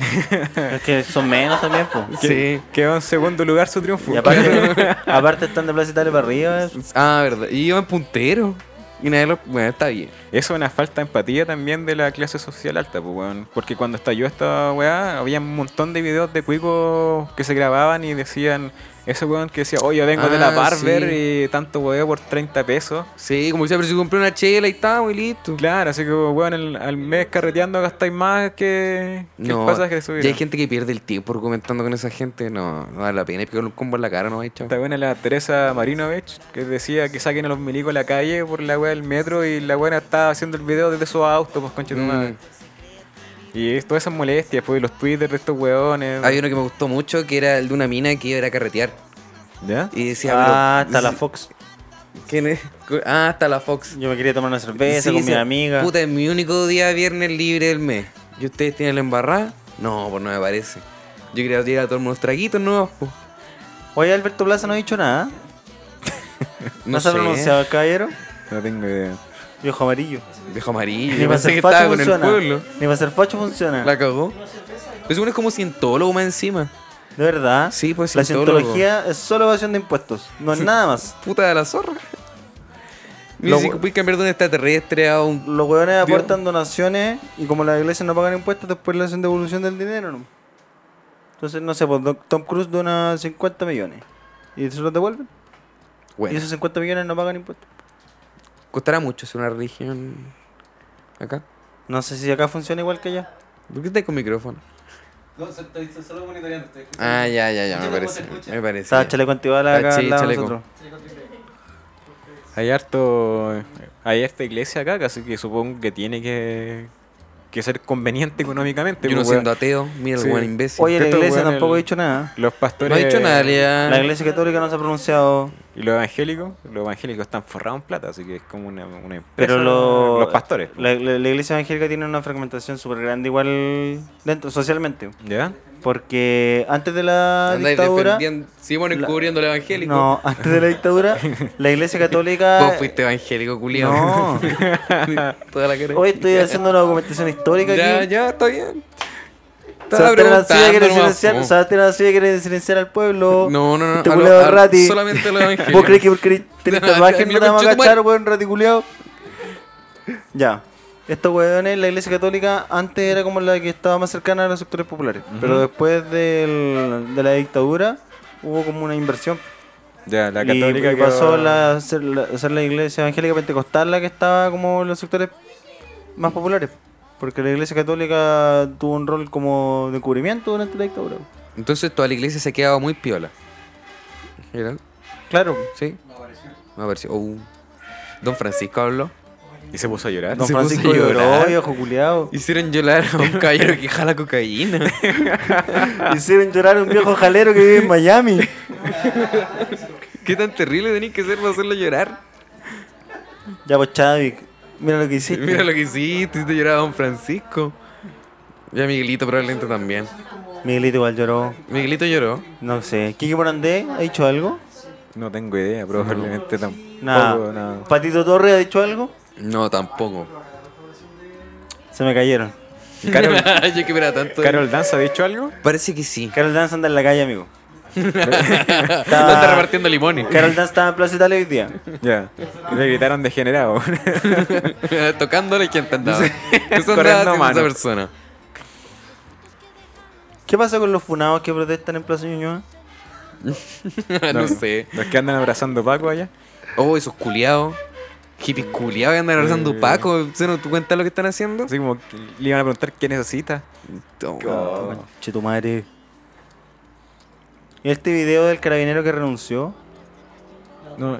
S6: es que son menos también, po.
S4: [LAUGHS]
S5: Que- Quedó en segundo lugar su triunfo.
S6: Y aparte, aparte están de Plaza Italia para arriba. es-
S4: ah, verdad. Y yo en puntero. Y nadie lo... Bueno, está bien.
S5: Eso [LAUGHS] es una falta de empatía también de la clase social alta, pues, weón. Porque cuando estalló esta weá, había un montón de videos de cuicos que se grababan y decían, ese weón que decía, oye, yo vengo de la
S4: Ah,
S5: barber
S4: sí.
S5: y tanto weón por 30 pesos.
S4: Sí, como decía, pero si compré una chela y estaba y listo.
S5: Claro, así que, weón, al, al mes carreteando gastáis más que, que
S4: No,
S5: el pasaje de
S4: ya
S5: subida.
S4: hay gente que pierde el tiempo argumentando con esa gente. No, no vale la pena. Y pegarle un combo en la cara, no hay chao.
S5: Está buena la Teresa Marinovich, que decía que saquen a los milicos a la calle por la weá del metro y la weá estaba haciendo el video desde su auto, pues concha de tu
S4: Mm.
S5: madre. Y es- todas esas molestias, pues, los twitters de estos weones.
S4: Hay uno que me gustó mucho que era el de una mina que iba a ir a carretear.
S5: ¿Ya?
S4: Y decía,
S6: Ah,
S4: pero-
S6: está la Fox.
S4: [LAUGHS] ¿Quién es? Ah, hasta la Fox.
S6: Yo me quería tomar una cerveza
S4: Sí,
S6: con mi
S4: decía,
S6: amiga.
S4: Puta, es mi único día viernes libre del mes. ¿Y ustedes tienen la embarrada? No, pues no me parece. Yo quería tirar a todos unos traguitos pues. nuevos, po.
S6: Oye, Alberto Plaza no ha dicho nada.
S4: No
S6: No, se ha
S4: sé.
S6: pronunciado el caballero.
S5: No tengo idea.
S6: Viejo amarillo.
S4: Dejo amarillo.
S6: Ni
S4: Yo
S6: para
S4: pensé que
S6: ser
S4: estaba
S6: facho
S4: con el
S6: funciona.
S4: pueblo.
S6: Ni para ser facho funciona.
S4: La cagó. Pues uno es como cientólogo más encima.
S6: De verdad.
S4: Sí, pues,
S6: La
S4: cientólogo.
S6: cientología es solo evasión de impuestos. No es nada más.
S4: Puta de la zorra. Ni
S6: Lo-
S4: si puedes cambiar de un extraterrestre a un
S6: Los hueones
S4: Dios.
S6: aportan donaciones y como las iglesias no pagan impuestos, después le hacen devolución del dinero. ¿no? Entonces, no sé, pues, Doc- Tom Cruise dona 50 millones y se los devuelven. Y
S4: Bueno,
S6: esos 50 millones no pagan impuestos.
S4: costará mucho ser una religión acá.
S6: No sé si acá funciona igual que allá.
S4: ¿Por qué estás con micrófono?
S1: No, so- estoy so- solo monitoreando, estoy escuchando.
S4: Ah, ya, ya, ya,
S1: Escucha
S4: me
S1: cómo se
S4: parece.
S1: escucha.
S4: Me parece.
S6: Está chaleco antibala
S4: Está
S6: acá
S4: chi-
S6: al lado de
S4: chaleco.
S6: nosotros.
S5: Hay harto. Hay harta iglesia acá, así que supongo que tiene que, que ser conveniente económicamente.
S4: Yo no
S5: pues,
S4: siendo
S5: weón.
S4: ateo, mira
S5: Sí.
S4: el buen imbécil.
S6: Oye, la
S5: Estos
S6: iglesia
S5: hueones-
S6: tampoco ha dicho nada.
S5: Los pastores.
S4: no ha dicho nada, ya.
S6: La iglesia católica no se ha pronunciado.
S5: Y los evangélicos, los evangélicos están forrados en plata, así que es como una, una empresa.
S6: Pero lo-
S5: los pastores. pues.
S6: La, la- la iglesia evangélica tiene una fragmentación súper grande igual dentro, socialmente.
S5: ¿Ya?
S6: Porque antes de la
S4: Andáis
S6: dictadura...
S4: defendiendo, Simón
S6: la-
S4: encubriendo el evangélico.
S6: No, antes de la dictadura, la iglesia
S4: Vos
S6: católica...
S4: fuiste evangélico, culiado.
S6: No,
S4: [LAUGHS] Toda la cara.
S6: hoy estoy haciendo una documentación histórica
S4: ya,
S6: aquí.
S4: ya, está bien. Estaba
S6: Sebastián Arcilla quiere
S4: preguntando nomás,
S6: silenciar,
S4: po.
S6: Sebastián Arcilla quiere silenciar al pueblo.
S4: No, no, no.
S6: Este
S4: a lo-
S6: culiao
S4: a-
S6: rati.
S4: Solamente [LAUGHS] los evangélicos.
S6: ¿Vos crees que porque
S4: [LAUGHS]
S6: tenés
S4: No,
S6: tatuajes
S4: lo
S6: no te vamos a
S4: conchetumare.
S6: cachar, weón, reticuleado? Ya. Estos weones, la iglesia católica antes era como la que estaba más cercana a los sectores populares. Pero después del- de la dictadura hubo como una inversión.
S5: Ya, la
S6: Y-
S5: católica.
S6: y
S5: que
S6: pasó
S5: va-
S6: la- a ser la, a ser la iglesia evangélica pentecostal la que estaba como en los sectores más populares. Porque la iglesia católica tuvo un rol como de cubrimiento durante la dictadura.
S4: Entonces toda la iglesia se quedaba muy piola. En general,
S6: Claro.
S4: ¿Sí? Me pareció. Oh. Don Francisco habló.
S5: Y se puso a llorar.
S6: Don
S4: Se puso a
S6: Francisco lloró,
S4: llorar.
S6: viejo
S4: [LAUGHS]
S6: culiao.
S4: Hicieron llorar a un caballero que jala cocaína.
S6: Hicieron llorar a un viejo jalero que vive en Miami.
S4: [LAUGHS] ¿Qué tan terrible tenés que ser para hacerlo llorar?
S6: Ya pues Chavik, mira lo que hiciste.
S4: Mira lo que hiciste, hiciste llorar a Don Francisco. Y a Miguelito probablemente también.
S6: Miguelito igual lloró.
S4: Miguelito lloró.
S6: No sé. ¿Kiki Morandé ha dicho algo?
S5: No tengo idea, probablemente tampoco.
S6: Nada.
S5: nada.
S6: ¿Patito Torres ha dicho algo?
S4: No, tampoco.
S6: Se me cayeron.
S5: [LAUGHS]
S4: [LAUGHS]
S5: Carol,
S4: Yo que era tanto.
S5: Carol Danza, ¿ha dicho algo?
S4: Parece que [LAUGHS] sí.
S6: Carol Dance anda en la
S4: [LAUGHS]
S6: calle, amigo.
S4: No está repartiendo limones.
S6: Carol Dance estaba en Plaza Italia hoy día.
S5: Ya. Le gritaron [LAUGHS] degenerado.
S4: [LAUGHS] Tocándole quien te andaba. [LAUGHS] Eso
S5: Corriendo
S4: andaba haciendo
S5: mano.
S4: esa persona.
S6: ¿Qué pasa con los funados que protestan en Plaza Ñuñoa?
S4: [LAUGHS] no sé.
S5: Los que andan abrazando Paco allá.
S4: Oh, esos culiados. Hippies culiados que andan
S6: Eh.
S4: abrazando Paco. ¿Se no tú cuentas lo que están haciendo?
S5: Así como que le iban a preguntar qué necesita.
S4: Oh.
S6: Che tu madre. ¿Y este video del carabinero que renunció?
S5: No,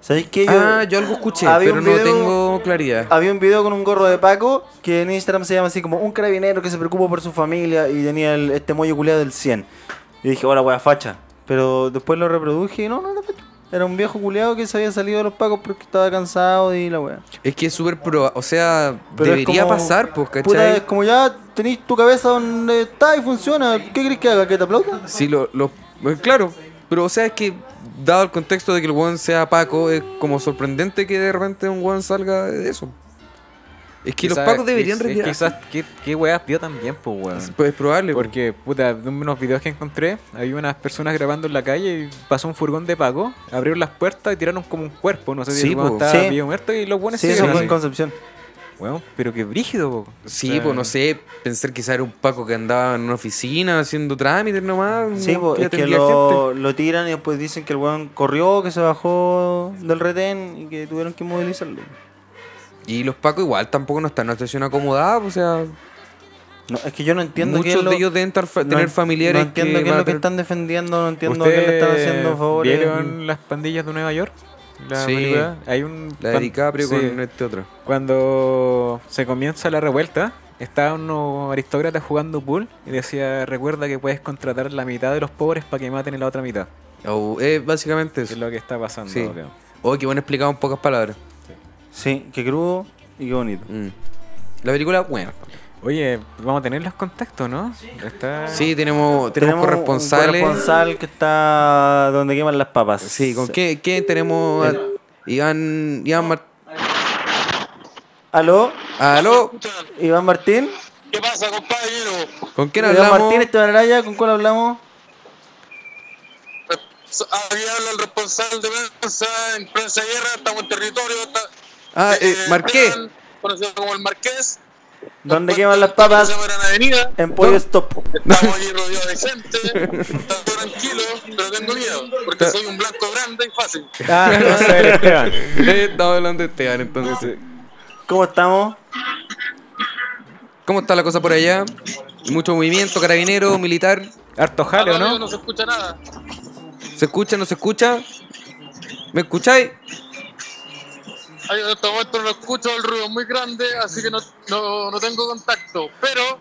S6: ¿Sabéis qué? Yo-
S4: Ah, yo algo escuché,
S6: Había
S4: pero
S6: un
S4: no
S6: video-
S4: tengo claridad.
S6: Había un video con un gorro de Paco que en Instagram se llama así como un carabinero que se preocupa por su familia y tenía el- este mollo culeado del 100. Y dije, hola, wea facha. Pero después lo reproduje y no, no era facha. Era un viejo culiado que se había salido de los pacos porque estaba cansado y la weá.
S4: Es que es súper pro. O sea,
S6: Pero es
S4: debería
S6: como-
S4: pasar, pues, ¿cachai?
S6: Puta, es como ya tenéis tu cabeza donde está y funciona. ¿Qué crees que haga? ¿Que te aplauda?
S4: Sí, lo, lo- eh, claro, pero o sea, es que dado el contexto de que el weón sea Paco, es como sorprendente que de repente un weón salga de eso. Es que los
S5: Quizás-
S4: Pacos deberían
S5: es- es
S4: retirarse.
S5: Quizás, ¿qué, qué weas vio también, pues, weón?
S4: Pues es probable. po.
S5: Porque, puta, de unos videos que encontré, había unas personas grabando en la calle y pasó un furgón de pago, abrieron las puertas y tiraron como un cuerpo, no sé si
S4: Sí,
S5: el weón
S4: po.
S5: estaba
S6: Sí.
S5: vivo o muerto y los buenos
S6: Sí, eso
S5: siguieron
S6: fue
S5: así.
S6: en Concepción.
S5: Weón, pero qué brígido, po.
S4: Sí,
S5: O sea,
S4: pues no sé, pensar quizás era un Paco que andaba en una oficina haciendo trámites nomás.
S6: Sí,
S4: un
S6: po,
S4: que
S6: es que
S4: atendía gente.
S6: lo, lo tiran y después dicen que el weón corrió, que se bajó del retén y que tuvieron que movilizarlo.
S4: Y los Pacos igual tampoco no están en una situación acomodada, pues, o sea,
S6: No, es que yo no entiendo qué
S4: muchos
S6: es lo-
S4: de ellos deben estar fa-
S6: no
S4: tener
S6: en-
S4: familiares
S6: No entiendo qué es
S4: van a
S6: lo que
S4: tener-
S6: están defendiendo, no entiendo a qué le están haciendo eh.
S5: ¿Ustedes
S6: favores.
S5: ¿Vieron las pandillas de Nueva York? La
S4: Sí.
S5: película. Hay un
S4: La de
S5: pan-
S4: DiCaprio
S5: sí.
S4: con este otro.
S5: Cuando se comienza la revuelta, estaban unos aristócratas jugando pool y decía, recuerda que puedes contratar la mitad de los pobres para que maten a la otra mitad.
S4: Oh, eh, básicamente
S5: Que
S4: eso.
S5: es lo que está pasando.
S4: Sí.
S5: creo.
S4: Oh, qué bueno explicado en pocas palabras.
S6: Sí, qué crudo y qué bonito.
S4: Mm. La película, bueno.
S5: Oye, vamos a tener los contactos, ¿no? Está...
S4: Sí, tenemos, tenemos, corresponsales.
S6: Un corresponsal que está donde queman las papas.
S4: Sí, ¿con qué, qué tenemos? a- Iván, Iván Mar-
S6: ¿Aló?
S4: ¿Aló?
S6: ¿Iván Martín?
S7: ¿Qué pasa, compañero?
S4: ¿Con quién
S6: Iván
S4: hablamos?
S6: Martín, Esteban Araya, ¿con cuál hablamos?
S7: So- Aquí habla el responsable de prensa en Prensa Guerra, estamos en territorio. Está,
S4: Ah, eh, Marqués.
S7: Esteban, Conocido como el Marqués.
S6: ¿Dónde
S7: Nos
S6: queman las
S7: encontramos
S6: papas? Eh.
S7: En Gran
S6: [LAUGHS]
S7: Avenida.
S6: En Pollo Stop.
S7: Estamos aquí rodeados de gente. Estamos tranquilo, pero tengo miedo. Porque soy un blanco grande y fácil.
S6: [LAUGHS]
S5: Ah, entonces eres Esteban.
S4: Eh, Estaba hablando de Esteban, entonces. eh.
S6: ¿Cómo estamos?
S4: ¿Cómo está la cosa por allá? Mucho movimiento, carabinero, militar.
S5: Harto jale, ¿o
S7: La radio
S5: ¿no?
S7: No se escucha nada.
S4: ¿Se escucha, no se escucha? ¿Me escucháis?
S7: Ay, En este momento no escucho, el ruido es muy grande, así que no, no, no tengo contacto. Pero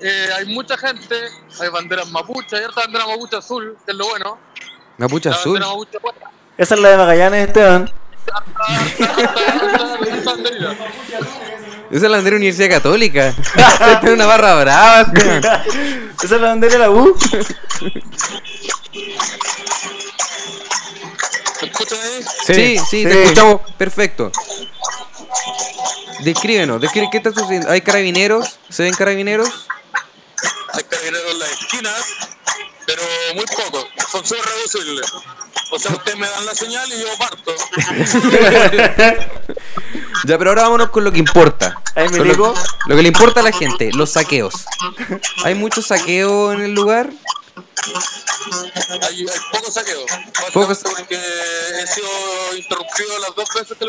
S7: eh, hay mucha gente, hay banderas mapuche, hay harta bandera mapuche azul, que es lo bueno.
S4: Mapuche
S7: La
S4: azul.
S7: bandera mapuche buena.
S6: Esa es la de Magallanes, Esteban.
S4: Esa es la bandera de la Universidad Católica. [LAUGHS] Esta es una barra brava, Esteban.
S6: Esa es la bandera de la U.
S7: Escuchen ahí.
S4: Sí, sí, te escuchamos. Perfecto. Descríbenos, descri- ¿qué está sucediendo? ¿Hay carabineros? ¿Se ven carabineros?
S7: Hay carabineros en las esquinas, pero muy pocos. Son súper reducibles. O sea, ustedes me dan la señal y yo parto.
S4: Ya, pero ahora vámonos con lo que importa.
S6: Ahí me
S4: Con lo-
S6: digo.
S4: Lo que le importa a la gente, los saqueos. ¿Hay mucho saqueo en el lugar?
S7: Hay, hay pocos saqueos. Bastante
S4: Pocos-
S7: Porque he sido interrumpido las dos veces que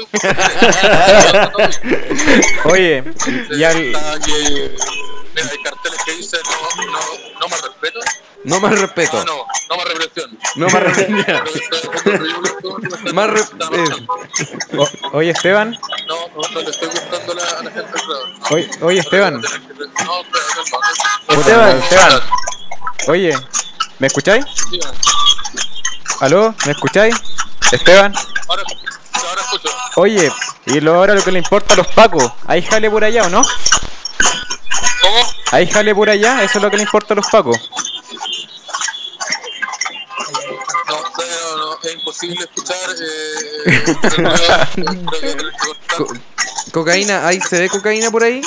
S7: lo hice.
S5: Oye, y al...
S7: Está que- mira, hay carteles que dicen no, no, no más respeto.
S4: No más respeto.
S7: No, no, no más represión.
S4: No más respeto.
S7: Creo que está un poco horrible todo.
S4: Más re- eh.
S7: Está bastante.
S5: o- oye, Esteban.
S7: No, no, no le estoy gustando la, a la gente. claro.
S5: Oye, oye, Esteban.
S7: No, pero calma.
S6: Esteban.
S5: Esteban. Oye, ¿me escucháis? ¿Aló? ¿Me escucháis? Esteban.
S7: Ahora, ahora escucho.
S5: Oye, y lo, ahora lo que le importa a los pacos. ¿Hay jale por allá o no?
S7: ¿Cómo?
S5: ¿Hay jale por allá? Eso es lo que le importa a los pacos.
S7: No, no, no, no, es imposible escuchar. Eh, creo que- creo que-
S4: Co- cocaína, ¿hay, ¿se ve cocaína por ahí?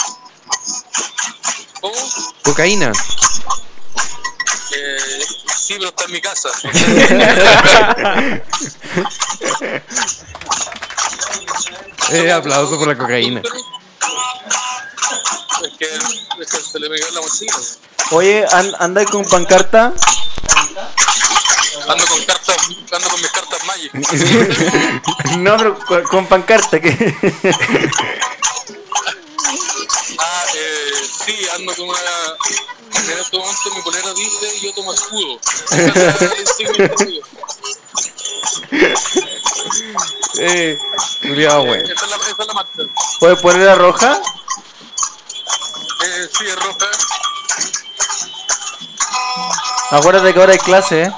S7: ¿Cómo?
S4: Cocaína.
S7: Eh, sí, pero está en mi casa.
S4: Eh, aplauso por la cocaína.
S7: Es que, es que se le me cayó la mochila.
S6: Oye, an- andáis con pancarta.
S7: Ando con cartas, ando con mis cartas Magic.
S6: No, pero con, con pancarta. [LAUGHS] que
S7: Ah, eh, sí, ando con una. En este momento mi polera dice yo tomo escudo. [LAUGHS] Esa es la insignia.
S4: Eh, culiao, güey.
S7: Esa es la, esa es la marcha.
S6: ¿Puedes poner la roja?
S7: Eh, sí, es roja.
S6: Acuérdate que ahora hay clase, ¿eh?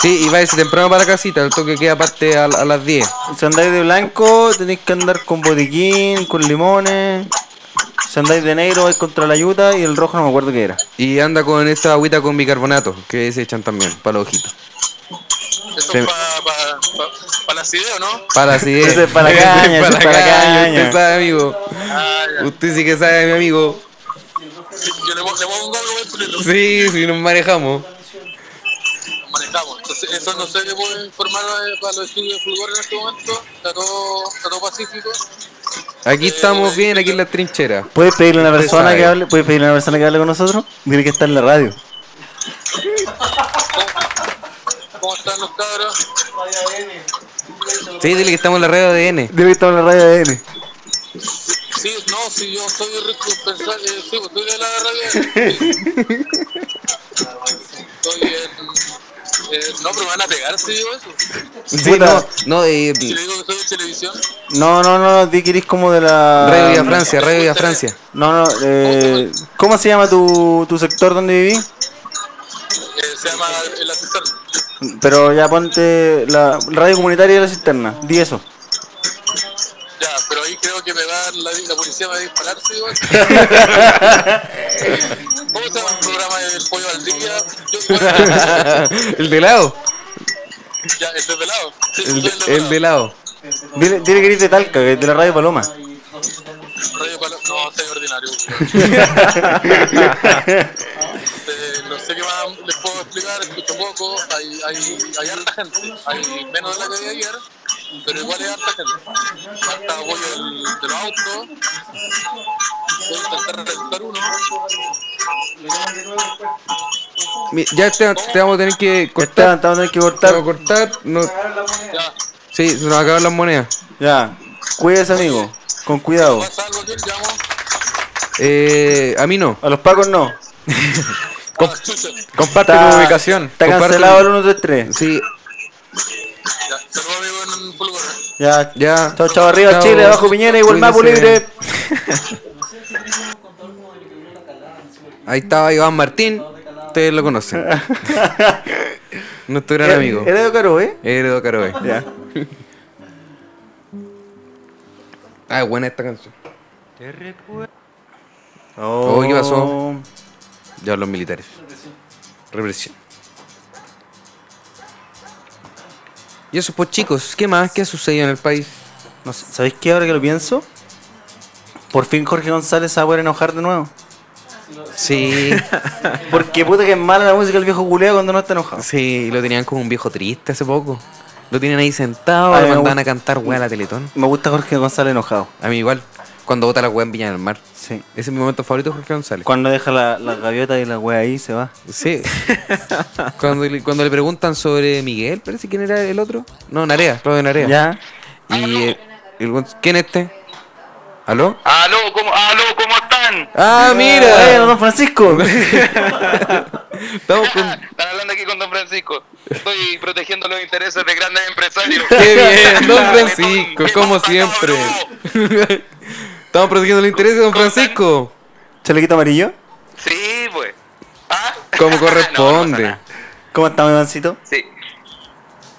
S4: Sí, y váyase temprano para la casita, el toque queda aparte a, a las 10.
S6: Si andáis de blanco, tenéis que andar con botiquín, con limones. Si andáis de negro, vais contra la ayuda y el rojo no me acuerdo qué era.
S4: Y anda con esta agüita con bicarbonato, que se echan también, para los ojitos.
S8: Eso
S4: Se-
S8: es para pa, pa, pa las ideas, ¿no?
S4: Para así eh. es.
S6: Ese es
S4: [LAUGHS]
S6: para la caña, ese es para la caña.
S4: Usted sabe, amigo.
S8: Ah, ya.
S4: Usted sí que sabe, mi amigo.
S8: Sí, Yo le, pon- le pongo algo más chulito.
S4: Sí, sí, nos manejamos.
S8: manejamos. Entonces, eso no sé qué puedo informar eh, para los estudios de fútbol en este momento. Está todo, está todo pacífico.
S4: Aquí estamos bien, aquí en la trinchera.
S6: ¿Puedes pedirle a una persona
S4: sabe.
S6: que hable, puedes pedirle a una persona que hable con nosotros? Dile que está en la radio.
S8: ¿Cómo están los cabros?
S4: Sí, dile que estamos en la red ADN.
S6: Dile que está en la radio de N.
S8: Sí, no, sí, yo soy responsable. Eh, sí, pues tú eres la radio. Sí. Estoy en- eh, no, pero me van a pegar si digo eso.
S4: Sí, no,
S6: Puta.
S4: no, eh,
S8: Si le digo que soy de televisión.
S6: No, no, no, di que eres como de la.
S4: Radio Villa Francia, Radio Villa Francia. [LAUGHS]
S6: No, no, eh, ¿cómo se llama tu, tu sector donde vivís?
S8: Eh, se llama El Asesor.
S6: Pero ya ponte la radio comunitaria de la cisterna, di eso.
S8: Ya, pero ahí creo que me va a dar la, la policía va a disparar, sí,
S4: [LAUGHS]
S8: igual. ¿Cómo se llama el programa del pollo al día? Yo, bueno,
S4: [LAUGHS] el de lado,
S8: ya, el desvelado. Sí,
S4: el
S8: el,
S4: de,
S8: desvelado.
S4: el de lado.
S6: Dile, dile que eres de Talca, que es de la radio Paloma.
S8: Radio Palo- No, soy
S4: [LAUGHS]
S8: ordinario. Eh, no sé qué más les puedo explicar, escucho poco, hay, hay, hay harta gente, hay menos de la que había ayer, pero igual hay harta gente. Falta apoyo del, de los autos, voy a intentar reventar uno.
S4: Mi- Ya Esteban, te vamos a tener que
S6: Esteban,
S4: cortar.
S6: te vamos a tener que
S4: Te vamos a
S6: cortar.
S4: cortar. No,
S8: Ya,
S4: sí, se nos acaban las monedas.
S6: Ya, cuídese, amigo. Con cuidado.
S8: pasa algo aquí, llamo.
S4: Eh, a mí no.
S6: A los pacos no.
S8: Ah, chucha.
S5: Comparte
S6: Está-
S5: tu ubicación.
S6: Está
S4: Comparte-
S6: cancelado el 133.
S4: Sí,
S8: Ya, saludos amigos en Fulgor.
S6: Ya.
S4: ya.
S6: Chao, chao, arriba
S4: Chao.
S6: Chile, abajo Piñera, igual Mapu
S4: Cuídese.
S6: libre.
S4: Ahí estaba Iván Martín. Ustedes lo
S5: [LAUGHS]
S4: conocen. Nuestro gran amigo.
S6: Era de Caro, ¿eh?
S4: Eredo Caroe.
S6: Ya.
S4: Ah, buena esta canción.
S6: Oh,
S4: Oh, ¿qué pasó? Ya los militares. Represión. Y eso pues chicos, ¿qué más? ¿Qué ha sucedido en el país?
S6: No sé, ¿Sabéis qué ahora que lo pienso? Por fin Jorge González se va a poder enojar de nuevo.
S4: Sí,
S6: Porque puta que es mala la música el viejo culeo cuando no está enojado.
S4: sí, lo tenían como un viejo triste hace poco. Lo tienen ahí sentado,
S6: Ay,
S4: lo
S6: me
S4: mandan
S6: gusta.
S4: a cantar weá a la Teletón.
S6: Me gusta Jorge González enojado.
S4: A mí igual, cuando vota la weá en Viña del Mar.
S6: Sí.
S4: Ese es mi momento favorito de Jorge González.
S6: Cuando deja la, la gaviota y la wea ahí se va.
S4: Sí. cuando, le, cuando le preguntan sobre Miguel, parece quién era el otro. No, Narea, Claudio Narea.
S6: Ya.
S4: Y eh, el buen- ¿quién este? ¿Aló?
S7: Aló, ¿cómo, aló, ¿cómo están?
S4: Ah,
S6: Eh,
S4: mira. [LAUGHS]
S6: don Francisco.
S4: Estamos con
S7: [LAUGHS] Están hablando aquí con Don Francisco. Estoy protegiendo los intereses de grandes empresarios.
S4: [LAUGHS] Qué
S7: [LAUGHS]
S4: bien, Don
S7: Ah,
S4: Francisco,
S7: qué
S4: como
S7: pasa, [LAUGHS]
S4: siempre.
S7: cabrón?
S4: Estamos protegiendo el interés de Don Francisco,
S6: Chalequito amarillo.
S7: Sí, pues. ¿Ah?
S4: como
S7: [LAUGHS] No, no pasa
S4: corresponde.
S7: nada.
S6: ¿Cómo está, mi mancito?
S7: sí.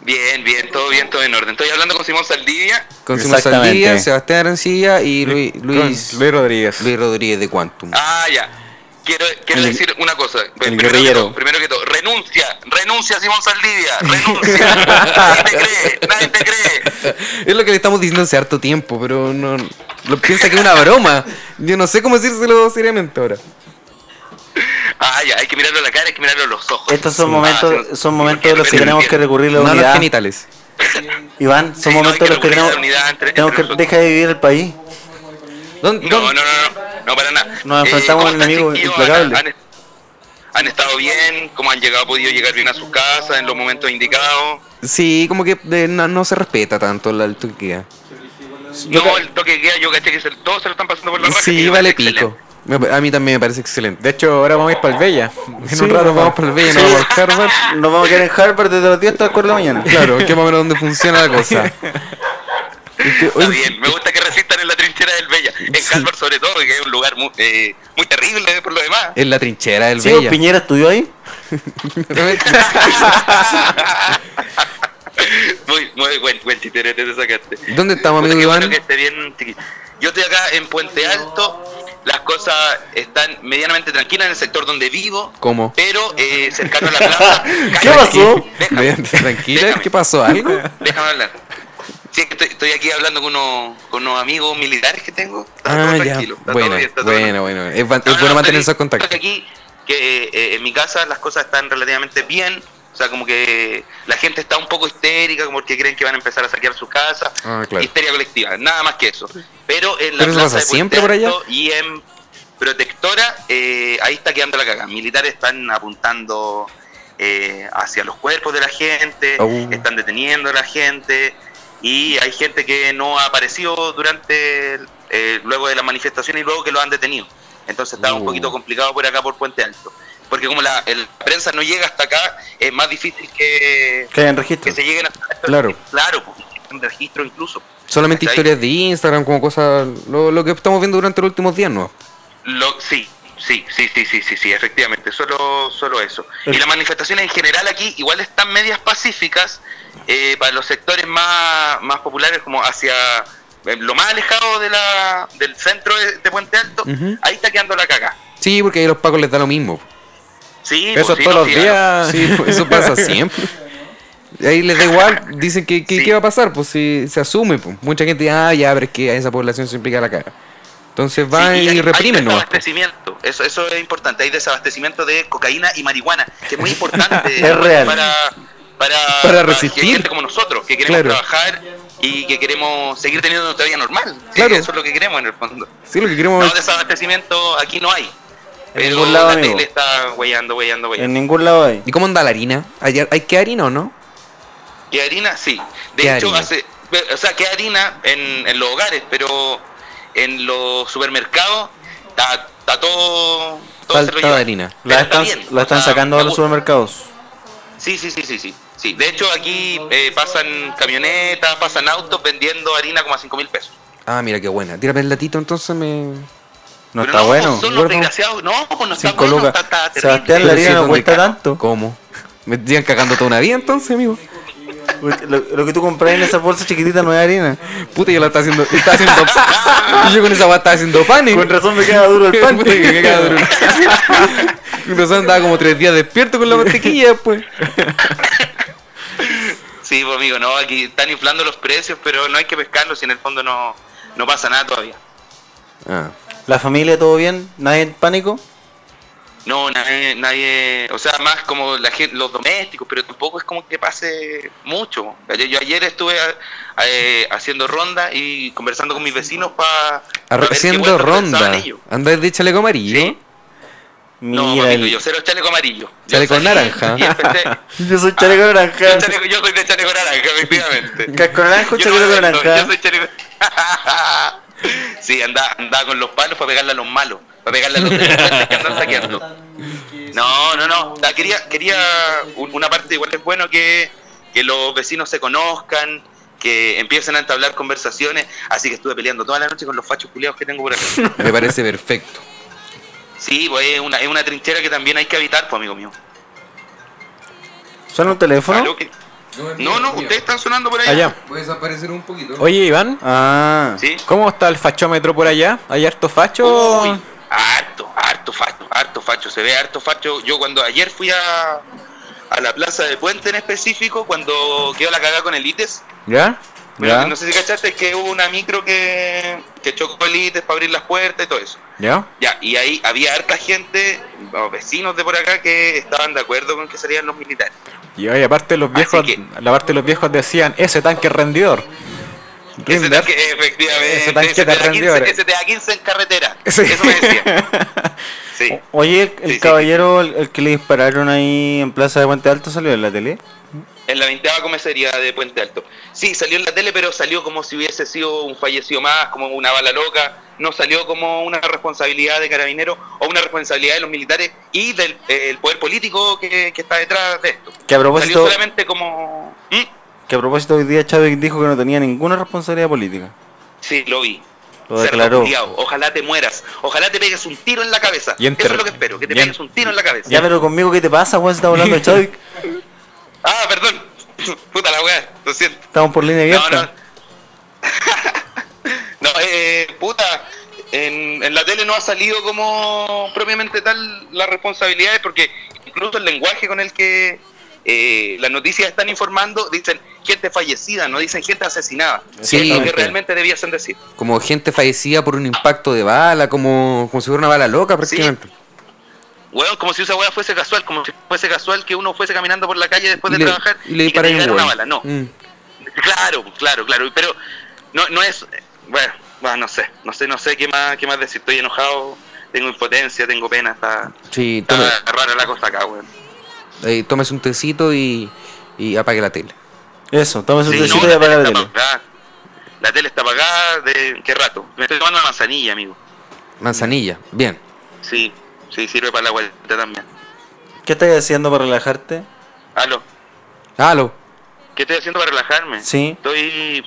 S7: Bien, bien, todo bien, todo en orden. Estoy hablando con Simón Saldivia.
S4: Con Simón
S6: Exactamente.
S4: Saldivia, Sebastián Arancilla y Luis, Luis,
S5: Con Luis Rodríguez.
S4: Luis Rodríguez de Quantum.
S7: Ah, ya. Quiero, quiero
S6: El-
S7: decir una cosa.
S6: el
S7: primero, que
S6: guerrillero.
S7: todo, primero que todo, renuncia, renuncia Simón Saldivia,
S6: [LAUGHS]
S7: renuncia. nadie te cree, nadie te cree.
S4: [LAUGHS] Es lo que le estamos diciendo hace harto tiempo, pero no lo piensa que es una broma. Yo no sé cómo decírselo seriamente ahora.
S7: Ah, ya, hay que mirarlo a la cara, hay que mirarlo a los ojos.
S6: Estos son
S7: Ah,
S6: momentos,
S7: Simón-
S6: son
S7: Simón,
S6: momentos de los que
S7: renuncia.
S6: tenemos que recurrir a
S4: No
S6: la
S4: a los
S6: unidad.
S4: genitales.
S6: Iván, son
S7: Sí, no, hay
S6: momentos
S7: que
S6: de los que
S7: recurrir a la
S6: tenemos,
S7: unidad entre-
S6: tenemos
S7: entre
S6: que
S7: nosotros.
S6: dejar de vivir el país.
S4: Don-
S7: No,
S4: don-
S7: no, no, no, no, para nada. Eh,
S6: Nos enfrentamos
S7: ¿cómo
S6: a un
S7: están,
S6: enemigo
S7: chiquillos?
S6: implacable.
S7: ¿Han, han- han estado bien? ¿Cómo han llegado, podido llegar bien a sus casas en los momentos indicados?
S4: Sí, como que eh, no, no se respeta tanto la el toque que queda.
S7: No, el toque que queda, yo caché que se- todos se lo están pasando por la raja. que
S4: Sí,
S7: me
S4: vale
S7: parece
S4: pico. Me- A mí también me parece excelente.
S5: De hecho, ahora vamos a ir para el Bella. En
S4: Sí,
S5: un rato
S4: nos vamos
S5: vamos para
S4: para
S5: el
S4: el Bella,
S5: Bella.
S4: nos vamos al
S6: Harvard. Nos vamos a quedar en Harvard desde las 10 hasta las 4 de la mañana.
S4: Claro, que más o menos donde funciona la cosa. Este,
S7: excelente. Está
S4: oye,
S7: bien, me gusta que resistan en la trinchera del Bella. En Calvar sobre todo, que es un lugar muy, eh, muy terrible por lo demás.
S4: [LAUGHS] en la trinchera del
S6: Sí, pues,
S4: Bella.
S6: Piñera estudió ahí.
S7: muy, muy buen, buen titerete te sacaste.
S4: [LAUGHS] ¿Dónde estamos,
S7: Puta,
S4: amigo
S7: qué
S4: Iván?
S7: bueno que esté bien, chiqui- Yo estoy acá en Puente Alto. Las cosas están medianamente tranquilas en el sector donde vivo.
S4: ¿Cómo?
S7: Pero eh, cercano a
S4: [LAUGHS]
S7: la plaza.
S6: ¿Qué pasó?
S7: Déjame,
S4: Tranquila,
S7: déjame.
S4: ¿qué pasó? ¿Algo?
S7: déjame hablar. Sí, es que estoy, estoy aquí hablando con unos, con unos amigos militares que tengo. Está todo
S4: Ah, ya.
S7: tranquilo, está todo
S4: Bueno,
S7: bien, está todo bien.
S4: bueno, bueno. Es, va- es
S7: No, no,
S4: bueno
S7: no,
S4: mantener
S7: estoy-
S4: esos contactos.
S7: estoy Ah, aquí, que eh, en mi casa las cosas están relativamente bien. O sea, como que la gente está un poco histérica, como que creen que van a empezar a saquear sus casas.
S4: Ah, claro.
S7: Histeria colectiva, nada más que eso. Pero en la
S4: Pero eso
S7: plaza
S4: pasa
S7: de Puente
S4: siempre por allá.
S7: Alto Y en Protectora, eh, ahí está quedando la caga. Militares están apuntando eh, hacia los cuerpos de la gente,
S4: Oh.
S7: están deteniendo a la gente. Y hay gente que no ha aparecido durante, eh, luego de la manifestación y luego que lo han detenido. Entonces está un
S4: Uh.
S7: poquito complicado por acá, por Puente Alto. Porque como la el- la prensa no llega hasta acá, es más difícil que,
S6: Que hayan
S7: que
S6: registro.
S7: se lleguen hasta acá.
S4: Claro.
S7: Claro, pues, un registro incluso.
S4: Solamente
S7: ¿Cachai?
S4: historias de Instagram, como cosas. Lo, lo que estamos viendo durante los últimos días, ¿no?
S7: Lo, sí, sí, sí, sí, sí, sí, sí, efectivamente, solo, solo eso. Y las manifestaciones en general aquí igual están medias pacíficas eh, para los sectores más, más populares, como hacia eh, lo más alejado de la, del centro de, de Puente Alto,
S4: Ujú.
S7: ahí está quedando la caga.
S4: Sí, porque ahí los pacos les da lo mismo.
S7: Sí, pues,
S5: Eso
S7: sí,
S5: todos
S7: no,
S5: los
S7: sí, a
S5: días.
S4: Sí, pues, eso pasa siempre.
S7: [LAUGHS]
S4: Ahí les da igual, dicen que, que-
S7: Sí.
S4: ¿qué va a pasar, pues si se asume, pues. mucha gente, ah, ya, pero es que a esa población se implica la cara. Entonces van
S7: Sí,
S4: y,
S7: hay-
S4: reprimen,
S7: hay
S4: ¿no?
S7: desabastecimiento, eso, eso es importante, hay desabastecimiento de cocaína y marihuana, que es muy
S4: [LAUGHS]
S7: importante
S6: Es real.
S7: para, para,
S4: resistir.
S7: gente como nosotros, que queremos
S4: Claro.
S7: trabajar y que queremos seguir teniendo nuestra vida normal. Sí,
S4: Claro.
S7: Eso es lo que queremos en el fondo.
S4: Sí, lo que queremos
S7: No,
S4: es-
S7: desabastecimiento aquí no hay. Pero
S6: ningún lado,
S7: la
S6: amigo.
S7: tele está huellando, huellando, huellando.
S6: En ningún lado hay.
S4: ¿Y cómo anda la harina? ¿Hay, hay que harina o no?
S7: ¿Qué harina? Sí. De
S4: ¿Qué
S7: hecho,
S4: harina?
S7: hace. O sea, queda harina en, en los hogares, pero en los supermercados está, está todo. todo
S4: Falta
S7: ese rollo.
S4: de harina.
S7: Pero
S6: La
S7: está
S6: están,
S7: bien,
S6: la
S7: o
S6: están
S7: sea,
S6: sacando de
S7: me
S6: los
S7: gusta.
S6: supermercados.
S7: Sí, sí, sí, sí, sí. sí. De hecho, aquí eh, pasan camionetas, pasan autos vendiendo harina como a 5 mil pesos.
S4: Ah, mira qué buena. Tírame el latito, entonces me.
S6: No
S7: Pero
S6: está bueno.
S7: Son los
S4: gordo.
S7: desgraciados. No, pues, no está
S6: Cinco
S7: bueno.
S6: lucas.
S7: Está, está terrible.
S6: Sebastián, La
S4: Pero
S6: harina
S4: es
S6: no
S4: donde
S6: cuesta
S4: ca-
S6: tanto.
S4: ¿Cómo? ¿Me siguen cagando toda una vida entonces, amigo?
S6: Lo, lo que tú compras en esa bolsa chiquitita no es harina.
S4: Puta, yo la estaba haciendo. Estaba haciendo [LAUGHS] y yo con esa guata estaba haciendo panes.
S6: Con razón me queda duro el
S4: [LAUGHS]
S6: pan.
S4: Puta, que me cago en- [LAUGHS] Con razón andaba como tres días despierto
S6: [LAUGHS]
S4: con la mantequilla, pues.
S7: Sí, pues, amigo, no, aquí están inflando los precios, pero no hay que pescarlos y en el fondo no, no pasa nada todavía.
S4: Ah,
S6: La familia, todo bien, nadie en pánico.
S7: No, nadie, nadie, o sea, más como la gente, los domésticos, pero tampoco es como que pase mucho. Ayer- Yo ayer estuve a- a- eh, haciendo ronda y conversando con mis vecinos para...
S4: haciendo ronda. Andáis de chaleco amarillo.
S7: Sí. No,
S6: Mira,
S7: amigo,
S6: el-
S7: yo cero chaleco amarillo. Yo
S4: Chaleco
S7: salí
S4: naranja.
S7: [LAUGHS]
S6: [LAUGHS]
S7: y empecé-
S6: yo soy chaleco
S7: Ah, yo,
S6: naranja.
S7: chaleco- yo soy de chaleco naranja, efectivamente.
S6: Casco naranja,
S7: Yo no
S6: chaleco
S7: me vendo,
S6: naranja.
S7: Yo soy chaleco. [LAUGHS] sí, andaba andaba con los palos para pegarle a los malos. Para pegarle a los delincuentes
S6: [LAUGHS]
S7: que andan saqueando. No, no, no. La- Quería, quería un- una parte igual es bueno que, que los vecinos se conozcan, que empiecen a entablar conversaciones. Así que estuve peleando toda la noche con los fachos culiados que tengo por acá.
S6: [LAUGHS]
S4: Me parece perfecto.
S7: Sí, pues es una, es una trinchera que también hay que habitar, pues amigo mío.
S6: ¿Suena un teléfono?
S7: Aló, que- No, no, ustedes están sonando por ahí.
S5: Allá.
S4: Voy a desaparecer un poquito.
S5: Oye, Iván,
S6: Ah,
S7: Sí.
S5: ¿cómo está el fachómetro por allá? ¿Hay harto facho?
S7: Uy, harto, harto facho, harto facho, se ve harto facho. Yo cuando ayer fui a, a la plaza de Puente en específico, cuando quedó la cagada con el ITES,
S5: ¿Ya?
S7: bueno,
S6: Ya.
S7: no sé si cachaste que hubo una micro que, que chocó el ITES para abrir las puertas y todo eso.
S5: ¿Ya?
S7: Ya, y ahí había harta gente, o vecinos de por acá, que estaban de acuerdo con que salieran los militares.
S5: Y oye, aparte los viejos,
S7: que-
S5: la parte de los viejos decían, ese tanque es rendidor.
S7: Ese
S5: Rinder.
S7: tanque, efectivamente,
S5: Ese
S7: ese
S5: tanque te
S7: te da
S5: rendió
S7: 15
S5: ahora.
S7: ese te da 15 en carretera.
S5: Sí.
S7: Eso me
S5: [LAUGHS]
S7: decía. Sí.
S6: Oye, el, el
S7: Sí, sí.
S6: caballero, el, el que le dispararon ahí en Plaza de Puente Alto, salió en la tele.
S7: En la 20 comisaría de Puente Alto. Sí, salió en la tele, pero salió como si hubiese sido un fallecido más, como una bala loca. No salió como una responsabilidad de carabineros o una responsabilidad de los militares y del eh, el poder político que, que está detrás de esto.
S6: Que a propósito,
S7: Salió solamente como... ¿Mm?
S6: que a propósito hoy día Chávez dijo que no tenía ninguna responsabilidad política.
S7: Sí, lo vi.
S6: Lo
S7: cerdo
S6: declaró.
S7: culiao. Ojalá te mueras. Ojalá te pegues un tiro en la cabeza.
S5: Y
S7: Eso
S5: enter-
S7: es lo que espero, que te
S5: y en-
S7: pegues un tiro en la cabeza.
S6: Ya, pero conmigo, ¿qué te pasa, weón? Si estamos
S7: [LAUGHS]
S6: hablando de Chadwick.
S7: Ah, perdón. [LAUGHS] Puta la weá, lo siento.
S6: Estamos por línea
S7: No,
S6: abierta.
S7: no. [LAUGHS] no, eh, puta. En, en la tele no ha salido como propiamente tal las responsabilidades, porque incluso el lenguaje con el que eh, las noticias están informando dicen gente fallecida, no dicen gente asesinada.
S4: Sí.
S7: Que es lo que realmente debiesen decir.
S4: Como gente fallecida por un impacto de bala, como, como si fuera una bala loca prácticamente.
S7: Weón, como si esa weá fuese casual, como si fuese casual que uno fuese caminando por la calle después
S4: Y
S7: de
S4: le-
S7: trabajar
S4: y le
S7: que te
S4: disparan
S7: llegara
S4: un
S7: una
S4: huevo.
S7: bala. No,
S4: Mm.
S7: Claro, claro, claro. Pero no, no es. Bueno, bueno, no sé. No sé, no sé qué más, qué más decir. Estoy enojado, tengo impotencia, tengo pena. Está,
S4: Sí, tome,
S7: está rara la cosa acá, weón.
S4: eh, tómese un tecito y, y apague la tele.
S6: Eso, tomes un
S7: Sí,
S6: tecito
S7: no,
S6: y
S7: la
S6: apaga la
S7: está
S6: tele.
S7: apagada. La tele está apagada de qué rato. Me estoy tomando una manzanilla, amigo.
S4: Manzanilla, bien.
S7: Sí, sí, sirve para la vuelta también.
S6: ¿Qué estás haciendo para relajarte?
S7: Aló,
S4: Halo.
S7: ¿qué estoy haciendo para relajarme?
S6: Sí.
S7: Estoy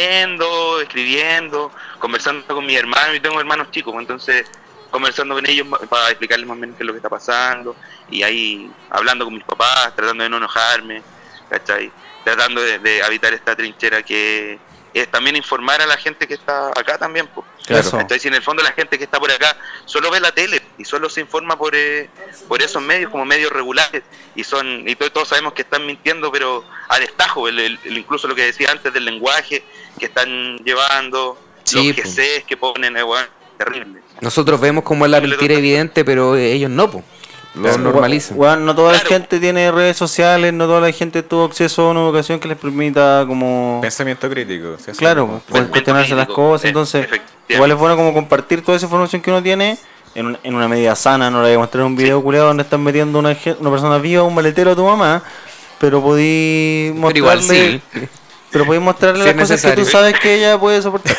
S7: leyendo, escribiendo, conversando con mis hermanos. Yo tengo hermanos chicos, entonces conversando con ellos ma- para explicarles más o menos qué es lo que está pasando. Y ahí hablando con mis papás, tratando de no enojarme, ¿cachai? Tratando de, de habitar esta trinchera que es también informar a la gente que está acá también. po.
S6: Claro.
S7: ¿Cachai? Si en el fondo la gente que está por acá solo ve la tele y solo se informa por, eh, por esos medios como medios regulares y son y to- todos sabemos que están mintiendo pero a destajo el- el- el- incluso lo que decía antes del lenguaje que están llevando
S4: Sí,
S7: los
S4: po.
S7: GCs que ponen eh, weón, terrible
S4: Nosotros vemos cómo es la
S7: Le
S4: mentira
S7: toca-
S4: evidente, pero eh, ellos no, po. Lo
S6: Claro.
S4: normalizan.
S6: Weón, no toda la
S7: Claro.
S6: gente tiene redes sociales, no toda la gente tuvo acceso a una vocación que les permita como...
S5: Pensamiento crítico. sí, así.
S6: Claro, pues
S7: Pensamiento
S6: cuestionarse las
S7: crítico,
S6: cosas,
S7: eh,
S6: entonces
S7: efectivamente.
S6: igual es bueno como compartir toda esa información que uno tiene en, un- en una medida sana, no le voy a mostrar un video culiado donde están metiendo una, gen- una persona viva, un maletero a tu mamá, pero podí mostrarle,
S4: Pero igual sí.
S6: pero podí mostrarle
S4: Sí,
S6: las
S4: es
S6: cosas que tú
S4: necesario.
S6: sabes que ella puede
S4: [LAUGHS]
S6: soportar.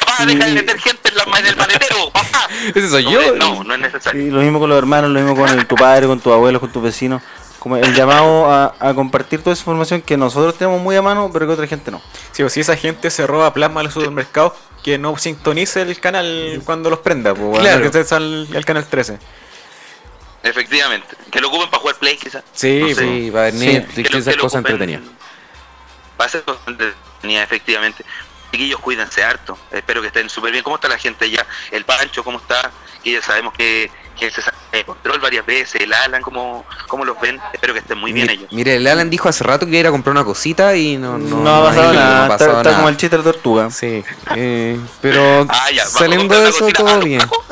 S7: papá deja de meter gente en, la, ma- en el maletero papá
S4: [LAUGHS] Ese soy
S7: no,
S4: yo.
S7: eh, no no es necesario
S6: Y lo mismo con los hermanos, lo mismo con el- tu padre, con tus abuelos, con tus vecinos. Como el llamado a, a compartir toda esa información que nosotros tenemos muy a mano, pero que otra gente no.
S5: Sí, o si esa gente se roba plasma a los supermercados, que no sintonice el canal cuando los prenda, pues, weón,
S4: Claro.
S5: que estés al, al canal 13.
S7: efectivamente que lo ocupen para jugar play quizás
S5: Sí,
S7: No sé.
S5: pues.
S4: Sí, va a ver
S6: Sí.
S4: Netflix,
S7: que lo-
S4: esas
S7: que lo
S4: cosas
S7: ocupen
S4: entretenidas.
S7: Va a ser cosas entretenidas, efectivamente. Chiquillos, cuídense harto. Espero que estén súper bien. ¿Cómo está la gente ya? El Pancho, ¿cómo está? Que ya sabemos que, que se sale de control varias veces. El Alan, ¿cómo, cómo los ven? Espero que estén muy bien
S4: Mi-
S7: ellos.
S4: Mire, el Alan dijo hace rato que iba a ir a comprar una cosita y no,
S6: No,
S4: no,
S6: ha
S4: no
S6: pasado
S4: ido, no ha
S6: nada,
S4: pasado
S6: está, está
S4: nada.
S6: como el chiste de la tortuga.
S4: Sí, eh, pero
S7: [LAUGHS] Ah, ya, vamos a
S4: saliendo
S7: comprar
S4: de
S7: una
S4: eso
S7: cosita. Ah,
S4: todo
S7: ¿los
S4: bien. Ah,
S7: Pacos?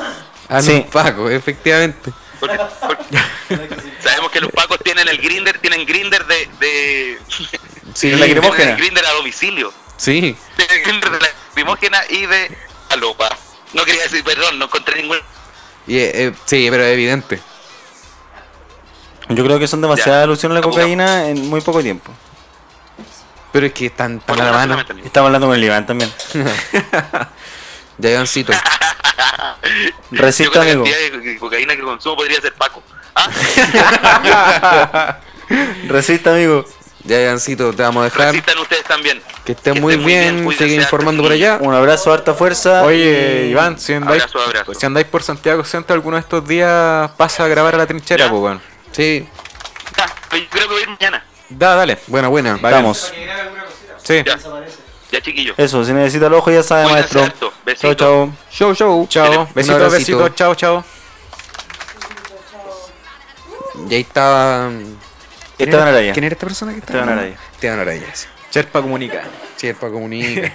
S4: A los
S6: Sí.
S4: Pacos, efectivamente.
S7: Porque- porque- sabemos que los Pacos tienen el grinder, tienen grinder de... de
S4: Sí,
S5: la
S7: tienen
S5: lacrimógena.
S7: el grinder a domicilio.
S4: sí.
S7: Tienen el grinder de la lacrimógena y de alopa. No quería decir, perdón, no encontré ningún...
S4: Y, eh, eh, sí, pero es evidente.
S6: Yo creo que son demasiadas
S7: Ya.
S6: alusiones a la
S7: Estamos
S6: cocaína en muy poco tiempo.
S4: Pero es que están tan a la
S7: Bueno,
S4: mano.
S7: solamente-
S6: Estamos hablando con el Iván también.
S4: Ya, Ivancito.
S7: Yo
S6: Resista,
S7: creo que
S6: amigo.
S7: La cantidad de cocaína que consumo podría ser Paco.
S4: [LAUGHS]
S7: Ah,
S6: [LAUGHS] Resista, amigo.
S4: Ya, Ivancito, te vamos a dejar.
S7: resistan ustedes también.
S4: Que estén muy bien,
S7: cuídense
S4: sigue
S7: harto,
S4: informando por
S7: chiquillos.
S4: allá.
S6: Un abrazo, harta fuerza.
S5: Oye,
S6: Ah, y-
S5: Iván, si andáis,
S7: Abrazo,
S4: Pues,
S7: abrazo.
S5: si andáis por Santiago Centro alguno de estos días, pasa a grabar a la trinchera,
S7: Ya.
S5: pues, weón.
S4: Sí,
S7: Ah, Yo creo que voy a ir mañana.
S5: Da, dale.
S4: buena, buena.
S6: Vamos.
S5: Sí.
S7: Ya. Ya, chiquillos.
S6: Eso, si necesita el ojo ya sabe,
S7: Cuídense
S6: maestro.
S7: harto. Besitos.
S6: Chao, chao.
S4: Show, show.
S5: Chao.
S4: Un
S5: Besitos,
S4: abracito.
S5: besitos. Chao, chao.
S4: Y ahí estaba. ¿Quién
S6: Esteban
S4: era-
S6: Araya.
S4: ¿Quién era esta persona que estaba?
S6: Esteban Araya.
S4: Esteban Araya, sí.
S5: Cherpa comunica.
S4: Sí, el Paco Comunica.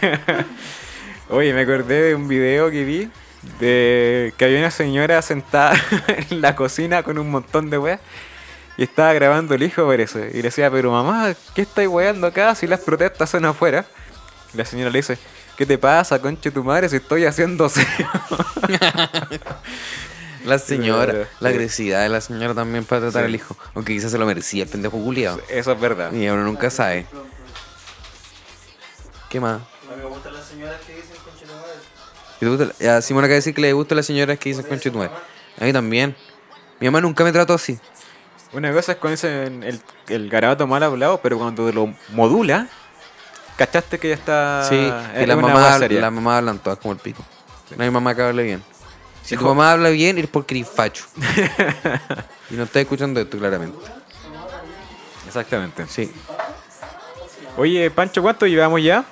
S6: [LAUGHS]
S5: Oye, me acordé de un video que vi de que había una señora sentada [LAUGHS] en la cocina con un montón de weas y estaba grabando el hijo, parece. Y le decía, pero mamá, ¿qué estáis weando acá si las protestas son afuera? Y la señora le dice, ¿qué te pasa, conche tu madre, si estoy haciendo [LAUGHS] aseo?"
S4: La señora,
S5: Claro.
S4: la agresividad de la señora también para tratar al hijo. Aunque quizás se lo merecía el pendejo culiado.
S5: Eso es verdad.
S4: Y uno nunca sabe. ¿Qué más? ¿Y te gusta la- A Simona acaba de decir que le gusta a las señoras que dicen concha de tu madre. A mí también. Mi mamá nunca me trató así.
S5: Una cosa es cuando dicen el, el garabato mal hablado, pero cuando lo modula, cachaste que ya está...
S4: sí,
S5: es
S4: y las
S5: Ah, una wea
S4: mamás
S5: seria.
S4: las mamás hablan todas como el pico. No hay mamá que hable bien. Si tu mamá habla bien, es porque eres
S5: [LAUGHS]
S4: facho. y no estás escuchando esto claramente.
S5: Exactamente.
S4: Sí.
S5: Oye, Pancho, ¿cuánto llevamos ya?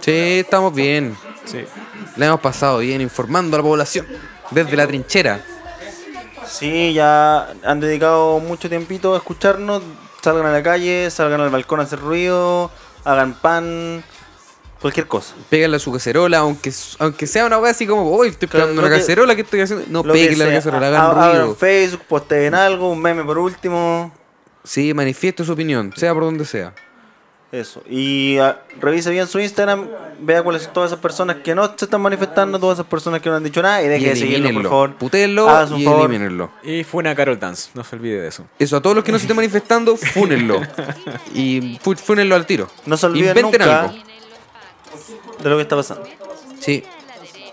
S4: Sí, estamos bien.
S5: Sí.
S4: La hemos pasado bien informando a la población. Desde la trinchera.
S6: Sí, ya han dedicado mucho tiempito a escucharnos. Salgan a la calle, salgan al balcón a hacer ruido, hagan pan, cualquier cosa.
S4: Pégale a su cacerola, aunque, aunque sea una wea así como, uy, estoy
S6: Claro,
S4: pegando
S6: lo
S4: una
S6: que-
S4: cacerola, ¿qué estoy haciendo? No,
S6: Lo que
S4: pégale a la
S6: sea. Ah,
S4: cacerola,
S6: A-
S4: hagan
S6: Abran
S4: ruido.
S6: Facebook, posteen algo, un meme por último.
S4: Sí, manifieste su opinión, sea por donde sea.
S6: Eso. Y ah, revise bien su Instagram, vea cuáles son todas esas personas que no se están manifestando, todas esas personas que no han dicho nada y
S4: Y
S6: deje de seguirlo, por favor.
S4: elimínenlo. Putéenlo
S6: Hagas un
S4: y
S6: favor.
S4: elimínenlo.
S5: Y fue una Carol Dance, no se olvide de eso.
S4: Eso, a todos los que no se estén
S6: [LAUGHS]
S4: manifestando, fúnenlo. y fu- fúnenlo al tiro.
S6: No se olviden
S4: Inventen
S6: nunca.
S4: algo.
S6: De lo que está pasando.
S4: Sí.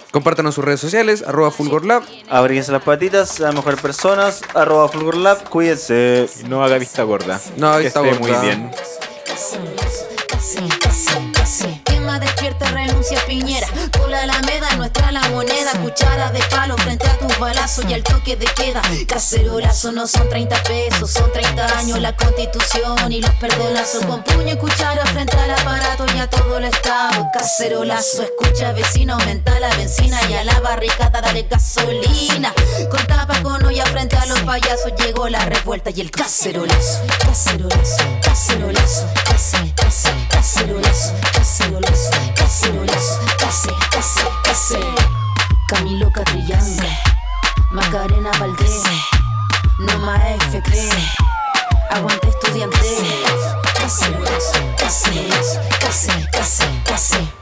S4: Compártanos en sus redes sociales, arroba fulgorlab.
S6: Abríguense las patitas, sean mejores personas, arroba Fulgor Lab, cuídense.
S5: Y no haga vista gorda.
S4: No haga
S5: Que
S4: vista
S5: esté
S4: gorda.
S5: muy bien.
S3: Casi, casi, casi. Quema, despierta, renuncia, piñera. Por la alameda, nuestra la moneda. Cuchara de palo frente a tus balazos y al toque de queda. Cacerolazo no son 30 pesos, son 30 años la constitución y los perdonazos. Con puño y cuchara frente al aparato y a todo el estado. Cacerolazo, escucha vecino, aumenta la benzina y a la barricada dale gasolina. Con tapa con olla frente a los payasos llegó la revuelta y el cacerolazo. Cacerolazo, cacerolazo, case, case, cacerolazo, cacerolazo, cacerolazo, case, case, case. Camilo Catrillán, Macarena Valdés, Noma FP. Aguante estudiante. Cacerolazo, cacerolazo, case, case, case.